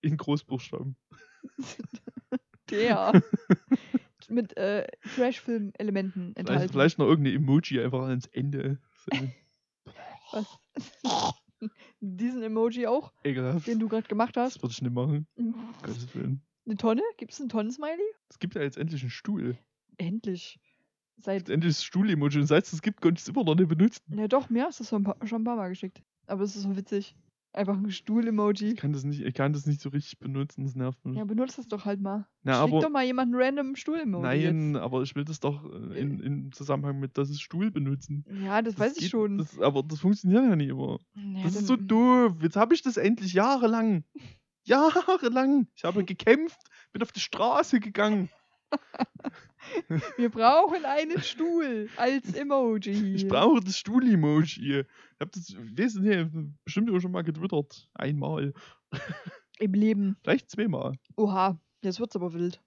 Speaker 2: in Großbuchstaben. *laughs*
Speaker 1: Der. Mit äh, Trash-Film-Elementen enthalten.
Speaker 2: Vielleicht, vielleicht noch irgendeine Emoji einfach ans
Speaker 1: *laughs*
Speaker 2: Ende. So,
Speaker 1: Was? Diesen Emoji auch,
Speaker 2: Ekelhaft.
Speaker 1: den du gerade gemacht hast.
Speaker 2: Das würde ich nicht machen.
Speaker 1: Eine
Speaker 2: Gottes Willen.
Speaker 1: Tonne? Gibt es einen Tonnen-Smiley?
Speaker 2: Es gibt ja jetzt endlich einen Stuhl.
Speaker 1: Endlich.
Speaker 2: Jetzt
Speaker 1: Seit.
Speaker 2: endlich das Stuhl-Emoji. Und seit es das gibt, konnte ich es immer noch nicht benutzen.
Speaker 1: Ja, doch, mir hast du es schon ein paar- schon ein paar Mal geschickt. Aber es ist so witzig. Einfach ein Stuhl-Emoji.
Speaker 2: Ich kann das nicht, ich kann das nicht so richtig benutzen. Das nervt mich.
Speaker 1: Ja, benutzt das doch halt mal.
Speaker 2: Hm. Na,
Speaker 1: Schick
Speaker 2: aber-
Speaker 1: doch mal jemanden random Stuhl-Emoji.
Speaker 2: Nein, aber ich will das doch äh, in, in Zusammenhang mit, dass es Stuhl benutzen.
Speaker 1: Jetzt. Ja, das, weiß ich
Speaker 2: geht-
Speaker 1: schon.
Speaker 2: Das, aber das funktioniert ja nicht immer.
Speaker 1: Ja,
Speaker 2: Das
Speaker 1: dann-
Speaker 2: ist so doof. Jetzt habe ich das
Speaker 1: *laughs*
Speaker 2: endlich jahrelang. Jahrelang. Ich habe gekämpft, bin auf die Straße gegangen.
Speaker 1: Wir brauchen einen Stuhl
Speaker 2: *laughs*
Speaker 1: als Emoji.
Speaker 2: Ich brauche das Stuhl-Emoji. Ich habe das, weiß nicht, bestimmt auch schon mal getwittert. Einmal.
Speaker 1: Im Leben.
Speaker 2: Vielleicht zweimal.
Speaker 1: Oha, jetzt wird's aber wild.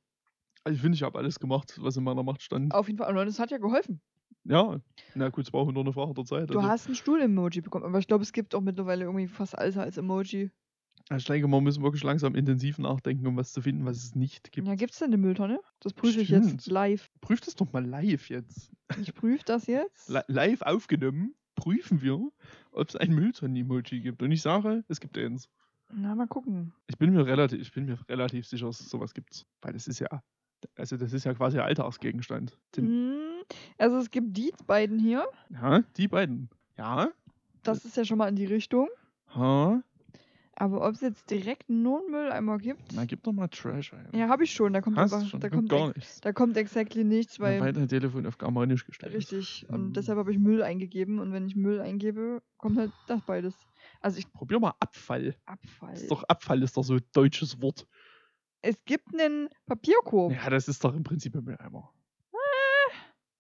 Speaker 2: Also ich finde, ich habe alles gemacht, was in meiner Macht stand.
Speaker 1: Auf jeden Fall. Und es hat ja geholfen.
Speaker 2: Ja. Na gut, es war auch nur eine Frage der Zeit.
Speaker 1: Du
Speaker 2: Also,
Speaker 1: hast ein Stuhl-Emoji bekommen. Aber ich glaube, es gibt auch mittlerweile irgendwie fast alles als Emoji.
Speaker 2: also, ich denke, wir müssen wirklich langsam intensiv nachdenken, um was zu finden, was es nicht gibt.
Speaker 1: Ja, gibt's denn eine Mülltonne? Das prüfe ich
Speaker 2: Stimmt.
Speaker 1: jetzt live.
Speaker 2: Prüf das doch mal live jetzt.
Speaker 1: Ich prüfe das jetzt.
Speaker 2: li- live aufgenommen, prüfen wir, ob es ein Mülltonnen-Emoji gibt. Und ich sage, es gibt eins.
Speaker 1: Na, mal gucken.
Speaker 2: Ich bin mir relativ, ich bin mir relativ sicher, dass es sowas gibt. Weil das ist ja, also das ist ja quasi ein Alltagsgegenstand. Den,
Speaker 1: Hm, Also es gibt die beiden hier.
Speaker 2: ja, die beiden. Ja. Äh.
Speaker 1: Das ist ja schon mal in die Richtung.
Speaker 2: Ha.
Speaker 1: Aber ob es jetzt direkt nur einen Mülleimer gibt,
Speaker 2: Na, gib doch mal Trash ein.
Speaker 1: ja, habe ich schon. Da kommt,
Speaker 2: Hast
Speaker 1: aber,
Speaker 2: schon,
Speaker 1: da
Speaker 2: kommt
Speaker 1: kommt,
Speaker 2: gar
Speaker 1: ex,
Speaker 2: nichts.
Speaker 1: da kommt exactly nichts,
Speaker 2: Weil,
Speaker 1: weil
Speaker 2: dein Telefon auf Germanisch gestellt ist.
Speaker 1: richtig. Und
Speaker 2: Mhm.
Speaker 1: deshalb habe ich Müll eingegeben. Und wenn ich Müll eingebe, kommt halt das beides. Also ich
Speaker 2: Probier mal Abfall.
Speaker 1: Abfall.
Speaker 2: Ist doch, Abfall ist doch so ein deutsches Wort.
Speaker 1: Es gibt einen Papierkorb.
Speaker 2: Ja, das ist doch im Prinzip ein Mülleimer.
Speaker 1: Ah.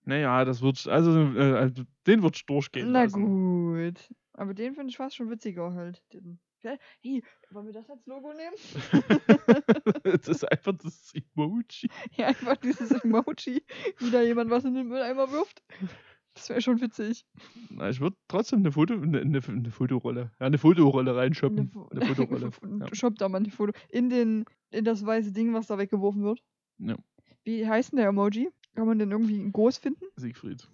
Speaker 2: Naja, das wird, also, äh, also den wird durchgehen
Speaker 1: Na
Speaker 2: lassen.
Speaker 1: gut. Aber den finde ich fast schon witziger halt. Den. Ja, Hey, wollen wir das als Logo nehmen?
Speaker 2: *laughs*
Speaker 1: *laughs*
Speaker 2: das ist einfach das Emoji.
Speaker 1: Ja, einfach dieses Emoji, wie da jemand was in den Mülleimer wirft. Das wäre schon witzig.
Speaker 2: Na, ich würde trotzdem eine, Foto, eine, eine, eine Fotorolle. Ja, eine Fotorolle reinschoppen.
Speaker 1: Fo- *laughs*
Speaker 2: Eine Fotorolle. ja.
Speaker 1: Shop da mal ein Foto. In, den, in das weiße Ding, was da weggeworfen wird.
Speaker 2: Ja.
Speaker 1: Wie heißt denn der Emoji? Kann man den irgendwie in groß finden?
Speaker 2: Siegfried.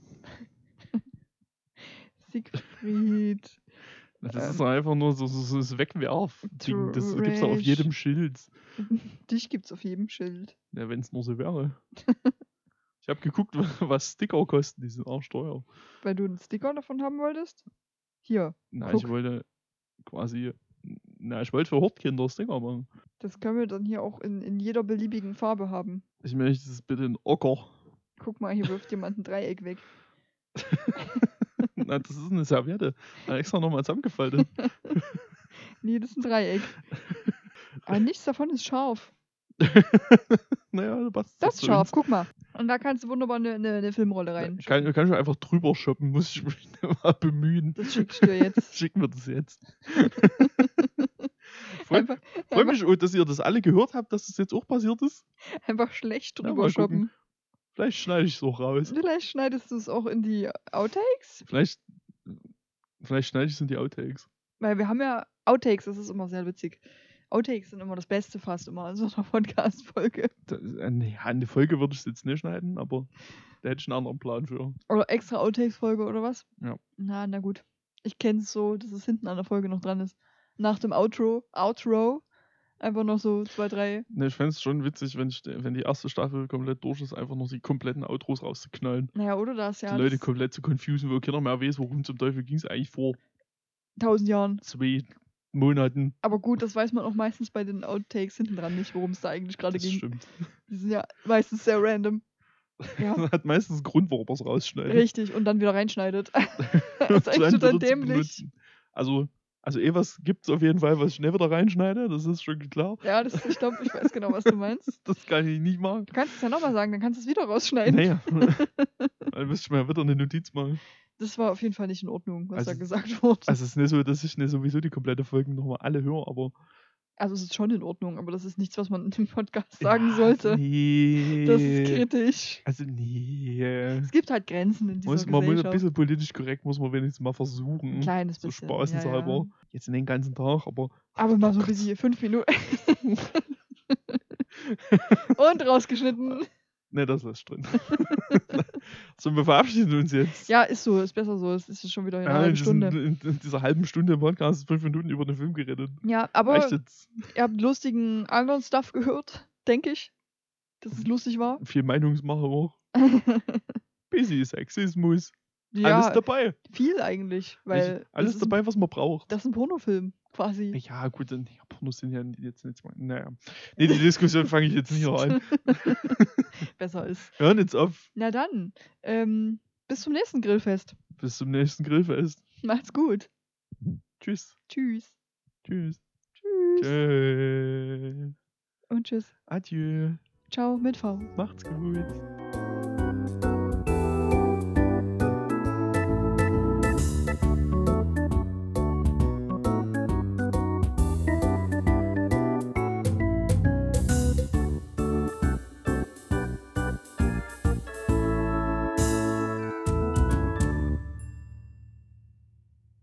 Speaker 1: Siegfried.
Speaker 2: *laughs* Na, Das
Speaker 1: Ähm.
Speaker 2: ist doch einfach nur so, so, so das Wegwerf-Ding. Das gibt's doch auf
Speaker 1: Trash.
Speaker 2: jedem Schild.
Speaker 1: Dich gibt's auf jedem Schild.
Speaker 2: Ja, wenn es nur so wäre.
Speaker 1: *laughs*
Speaker 2: Ich habe geguckt, *laughs* was Sticker kosten. Die sind auch teuer.
Speaker 1: Weil du einen Sticker davon haben wolltest? Hier,
Speaker 2: Na, ich
Speaker 1: Guck.
Speaker 2: wollte quasi. Na, ich wollte für Hortkinder Sticker machen.
Speaker 1: das können wir dann hier auch in, in jeder beliebigen Farbe haben.
Speaker 2: Ich möchte das bitte in Ocker. *laughs*
Speaker 1: Guck mal, hier wirft jemand ein Dreieck weg.
Speaker 2: Na, das ist eine Serviette. Hat extra nochmal zusammengefaltet. *laughs*
Speaker 1: Nee, das ist ein Dreieck. Aber nichts davon ist scharf.
Speaker 2: naja, du passt
Speaker 1: Das ist scharf, guck mal. Und da kannst du wunderbar eine, eine, eine Filmrolle rein.
Speaker 2: Ich kann, kann ich einfach drüber shoppen, muss ich mich *laughs* mal bemühen.
Speaker 1: Das schickst du dir jetzt.
Speaker 2: *laughs* Schick mir das jetzt. Freut
Speaker 1: Einfach,
Speaker 2: freu mich, oh, dass ihr das alle gehört habt, dass das jetzt auch passiert ist.
Speaker 1: einfach schlecht
Speaker 2: Ja, mal
Speaker 1: drüber shoppen.
Speaker 2: Vielleicht schneide ich es auch raus.
Speaker 1: Vielleicht schneidest du es auch in die Outtakes?
Speaker 2: Vielleicht, vielleicht schneide ich es in die Outtakes.
Speaker 1: Weil wir haben ja Outtakes, das ist immer sehr witzig. Outtakes sind immer das Beste fast immer in so einer *laughs* Podcast-Folge.
Speaker 2: Da- äh, nee, Eine Folge würde ich jetzt nicht schneiden, aber da hätte ich einen anderen Plan für.
Speaker 1: Oder extra Outtakes-Folge oder was?
Speaker 2: Ja.
Speaker 1: Na, na gut. Ich kenne es so, dass es hinten an der Folge noch dran ist. Nach dem Outro, Outro, einfach noch so zwei, drei.
Speaker 2: Ne, ich fände es schon witzig, wenn, ich, wenn die erste Staffel komplett durch ist, einfach noch die kompletten Outros rauszuknallen.
Speaker 1: Naja, oder das ja.
Speaker 2: die Leute
Speaker 1: das-
Speaker 2: komplett zu confusen, wo keiner mehr weiß, worum zum Teufel ging es eigentlich vor
Speaker 1: tausend Jahren.
Speaker 2: zwei Monaten.
Speaker 1: Aber gut, das weiß man auch meistens bei den Outtakes hinten dran nicht, worum es da eigentlich gerade
Speaker 2: Das
Speaker 1: ging.
Speaker 2: stimmt. *laughs*
Speaker 1: Die sind ja meistens sehr random. Ja,
Speaker 2: Das hat meistens einen Grund, warum er es rausschneidet. *laughs*
Speaker 1: richtig. Und dann wieder reinschneidet. das ist
Speaker 2: Um
Speaker 1: echt total
Speaker 2: es dann wieder zu
Speaker 1: dämlich.
Speaker 2: benutzen. Also, also eh was gibt es auf jeden Fall, was ich schnell wieder reinschneide, das ist schon klar.
Speaker 1: Ja, das, ich glaube, ich weiß genau, was du meinst.
Speaker 2: Das kann ich nicht machen.
Speaker 1: Du kannst es ja nochmal sagen, dann kannst du es wieder rausschneiden. *laughs*
Speaker 2: Naja, dann müsste ich mir wieder eine Notiz machen.
Speaker 1: Das war auf jeden Fall nicht in Ordnung, was
Speaker 2: Also-
Speaker 1: da gesagt wurde. Also,
Speaker 2: Also es ist nicht so, dass ich nicht sowieso die komplette Folge nochmal alle höre, aber...
Speaker 1: Also, es ist schon in Ordnung, aber das ist nichts, was man in dem Podcast sagen sollte.
Speaker 2: Nee.
Speaker 1: Das ist kritisch.
Speaker 2: Also
Speaker 1: *laughs*
Speaker 2: nee.
Speaker 1: Es gibt halt Grenzen in dieser
Speaker 2: Muss, man muss ein
Speaker 1: Gesellschaft.
Speaker 2: bisschen politisch korrekt, muss man wenigstens mal versuchen.
Speaker 1: ein kleines
Speaker 2: so
Speaker 1: bisschen.
Speaker 2: spaßenshalber.
Speaker 1: Ja, ja.
Speaker 2: Jetzt in den ganzen Tag, aber
Speaker 1: Aber mal so ein bisschen fünf
Speaker 2: *laughs*
Speaker 1: Minuten. Und rausgeschnitten.
Speaker 2: ne, das
Speaker 1: *laughs*
Speaker 2: lässt drin. *laughs* so, wir verabschieden uns jetzt.
Speaker 1: Ja, ist so, ist besser so. Es ist schon wieder eine halbe
Speaker 2: in, diesen,
Speaker 1: Stunde.
Speaker 2: in, in dieser halben Stunde im Podcast fünf Minuten über den Film geredet.
Speaker 1: Ja, aber
Speaker 2: Reicht jetzt
Speaker 1: ihr habt lustigen anderen Stuff *laughs* gehört, denke ich. Dass
Speaker 2: Mhm.
Speaker 1: es lustig
Speaker 2: *laughs*
Speaker 1: war.
Speaker 2: viel Meinungsmache auch. Busy Sexismus.
Speaker 1: ja,
Speaker 2: Alles dabei.
Speaker 1: viel eigentlich. Weil
Speaker 2: Alles
Speaker 1: das ist ein-
Speaker 2: dabei, was man braucht.
Speaker 1: Das ist ein Pornofilm, quasi.
Speaker 2: Ja, gut, dann ja, Pornos sind ja jetzt nicht mal. Naja. Nee, die
Speaker 1: *laughs*
Speaker 2: Diskussion fange ich jetzt nicht noch an.
Speaker 1: Besser ist.
Speaker 2: Hören jetzt auf.
Speaker 1: Na dann, ähm, bis zum nächsten Grillfest.
Speaker 2: Bis zum nächsten Grillfest.
Speaker 1: Macht's gut.
Speaker 2: Tschüss.
Speaker 1: Tschüss.
Speaker 2: Tschüss.
Speaker 1: Tschüss.
Speaker 2: Tschüss.
Speaker 1: Und tschüss.
Speaker 2: Adieu.
Speaker 1: Ciao mit V.
Speaker 2: Macht's gut.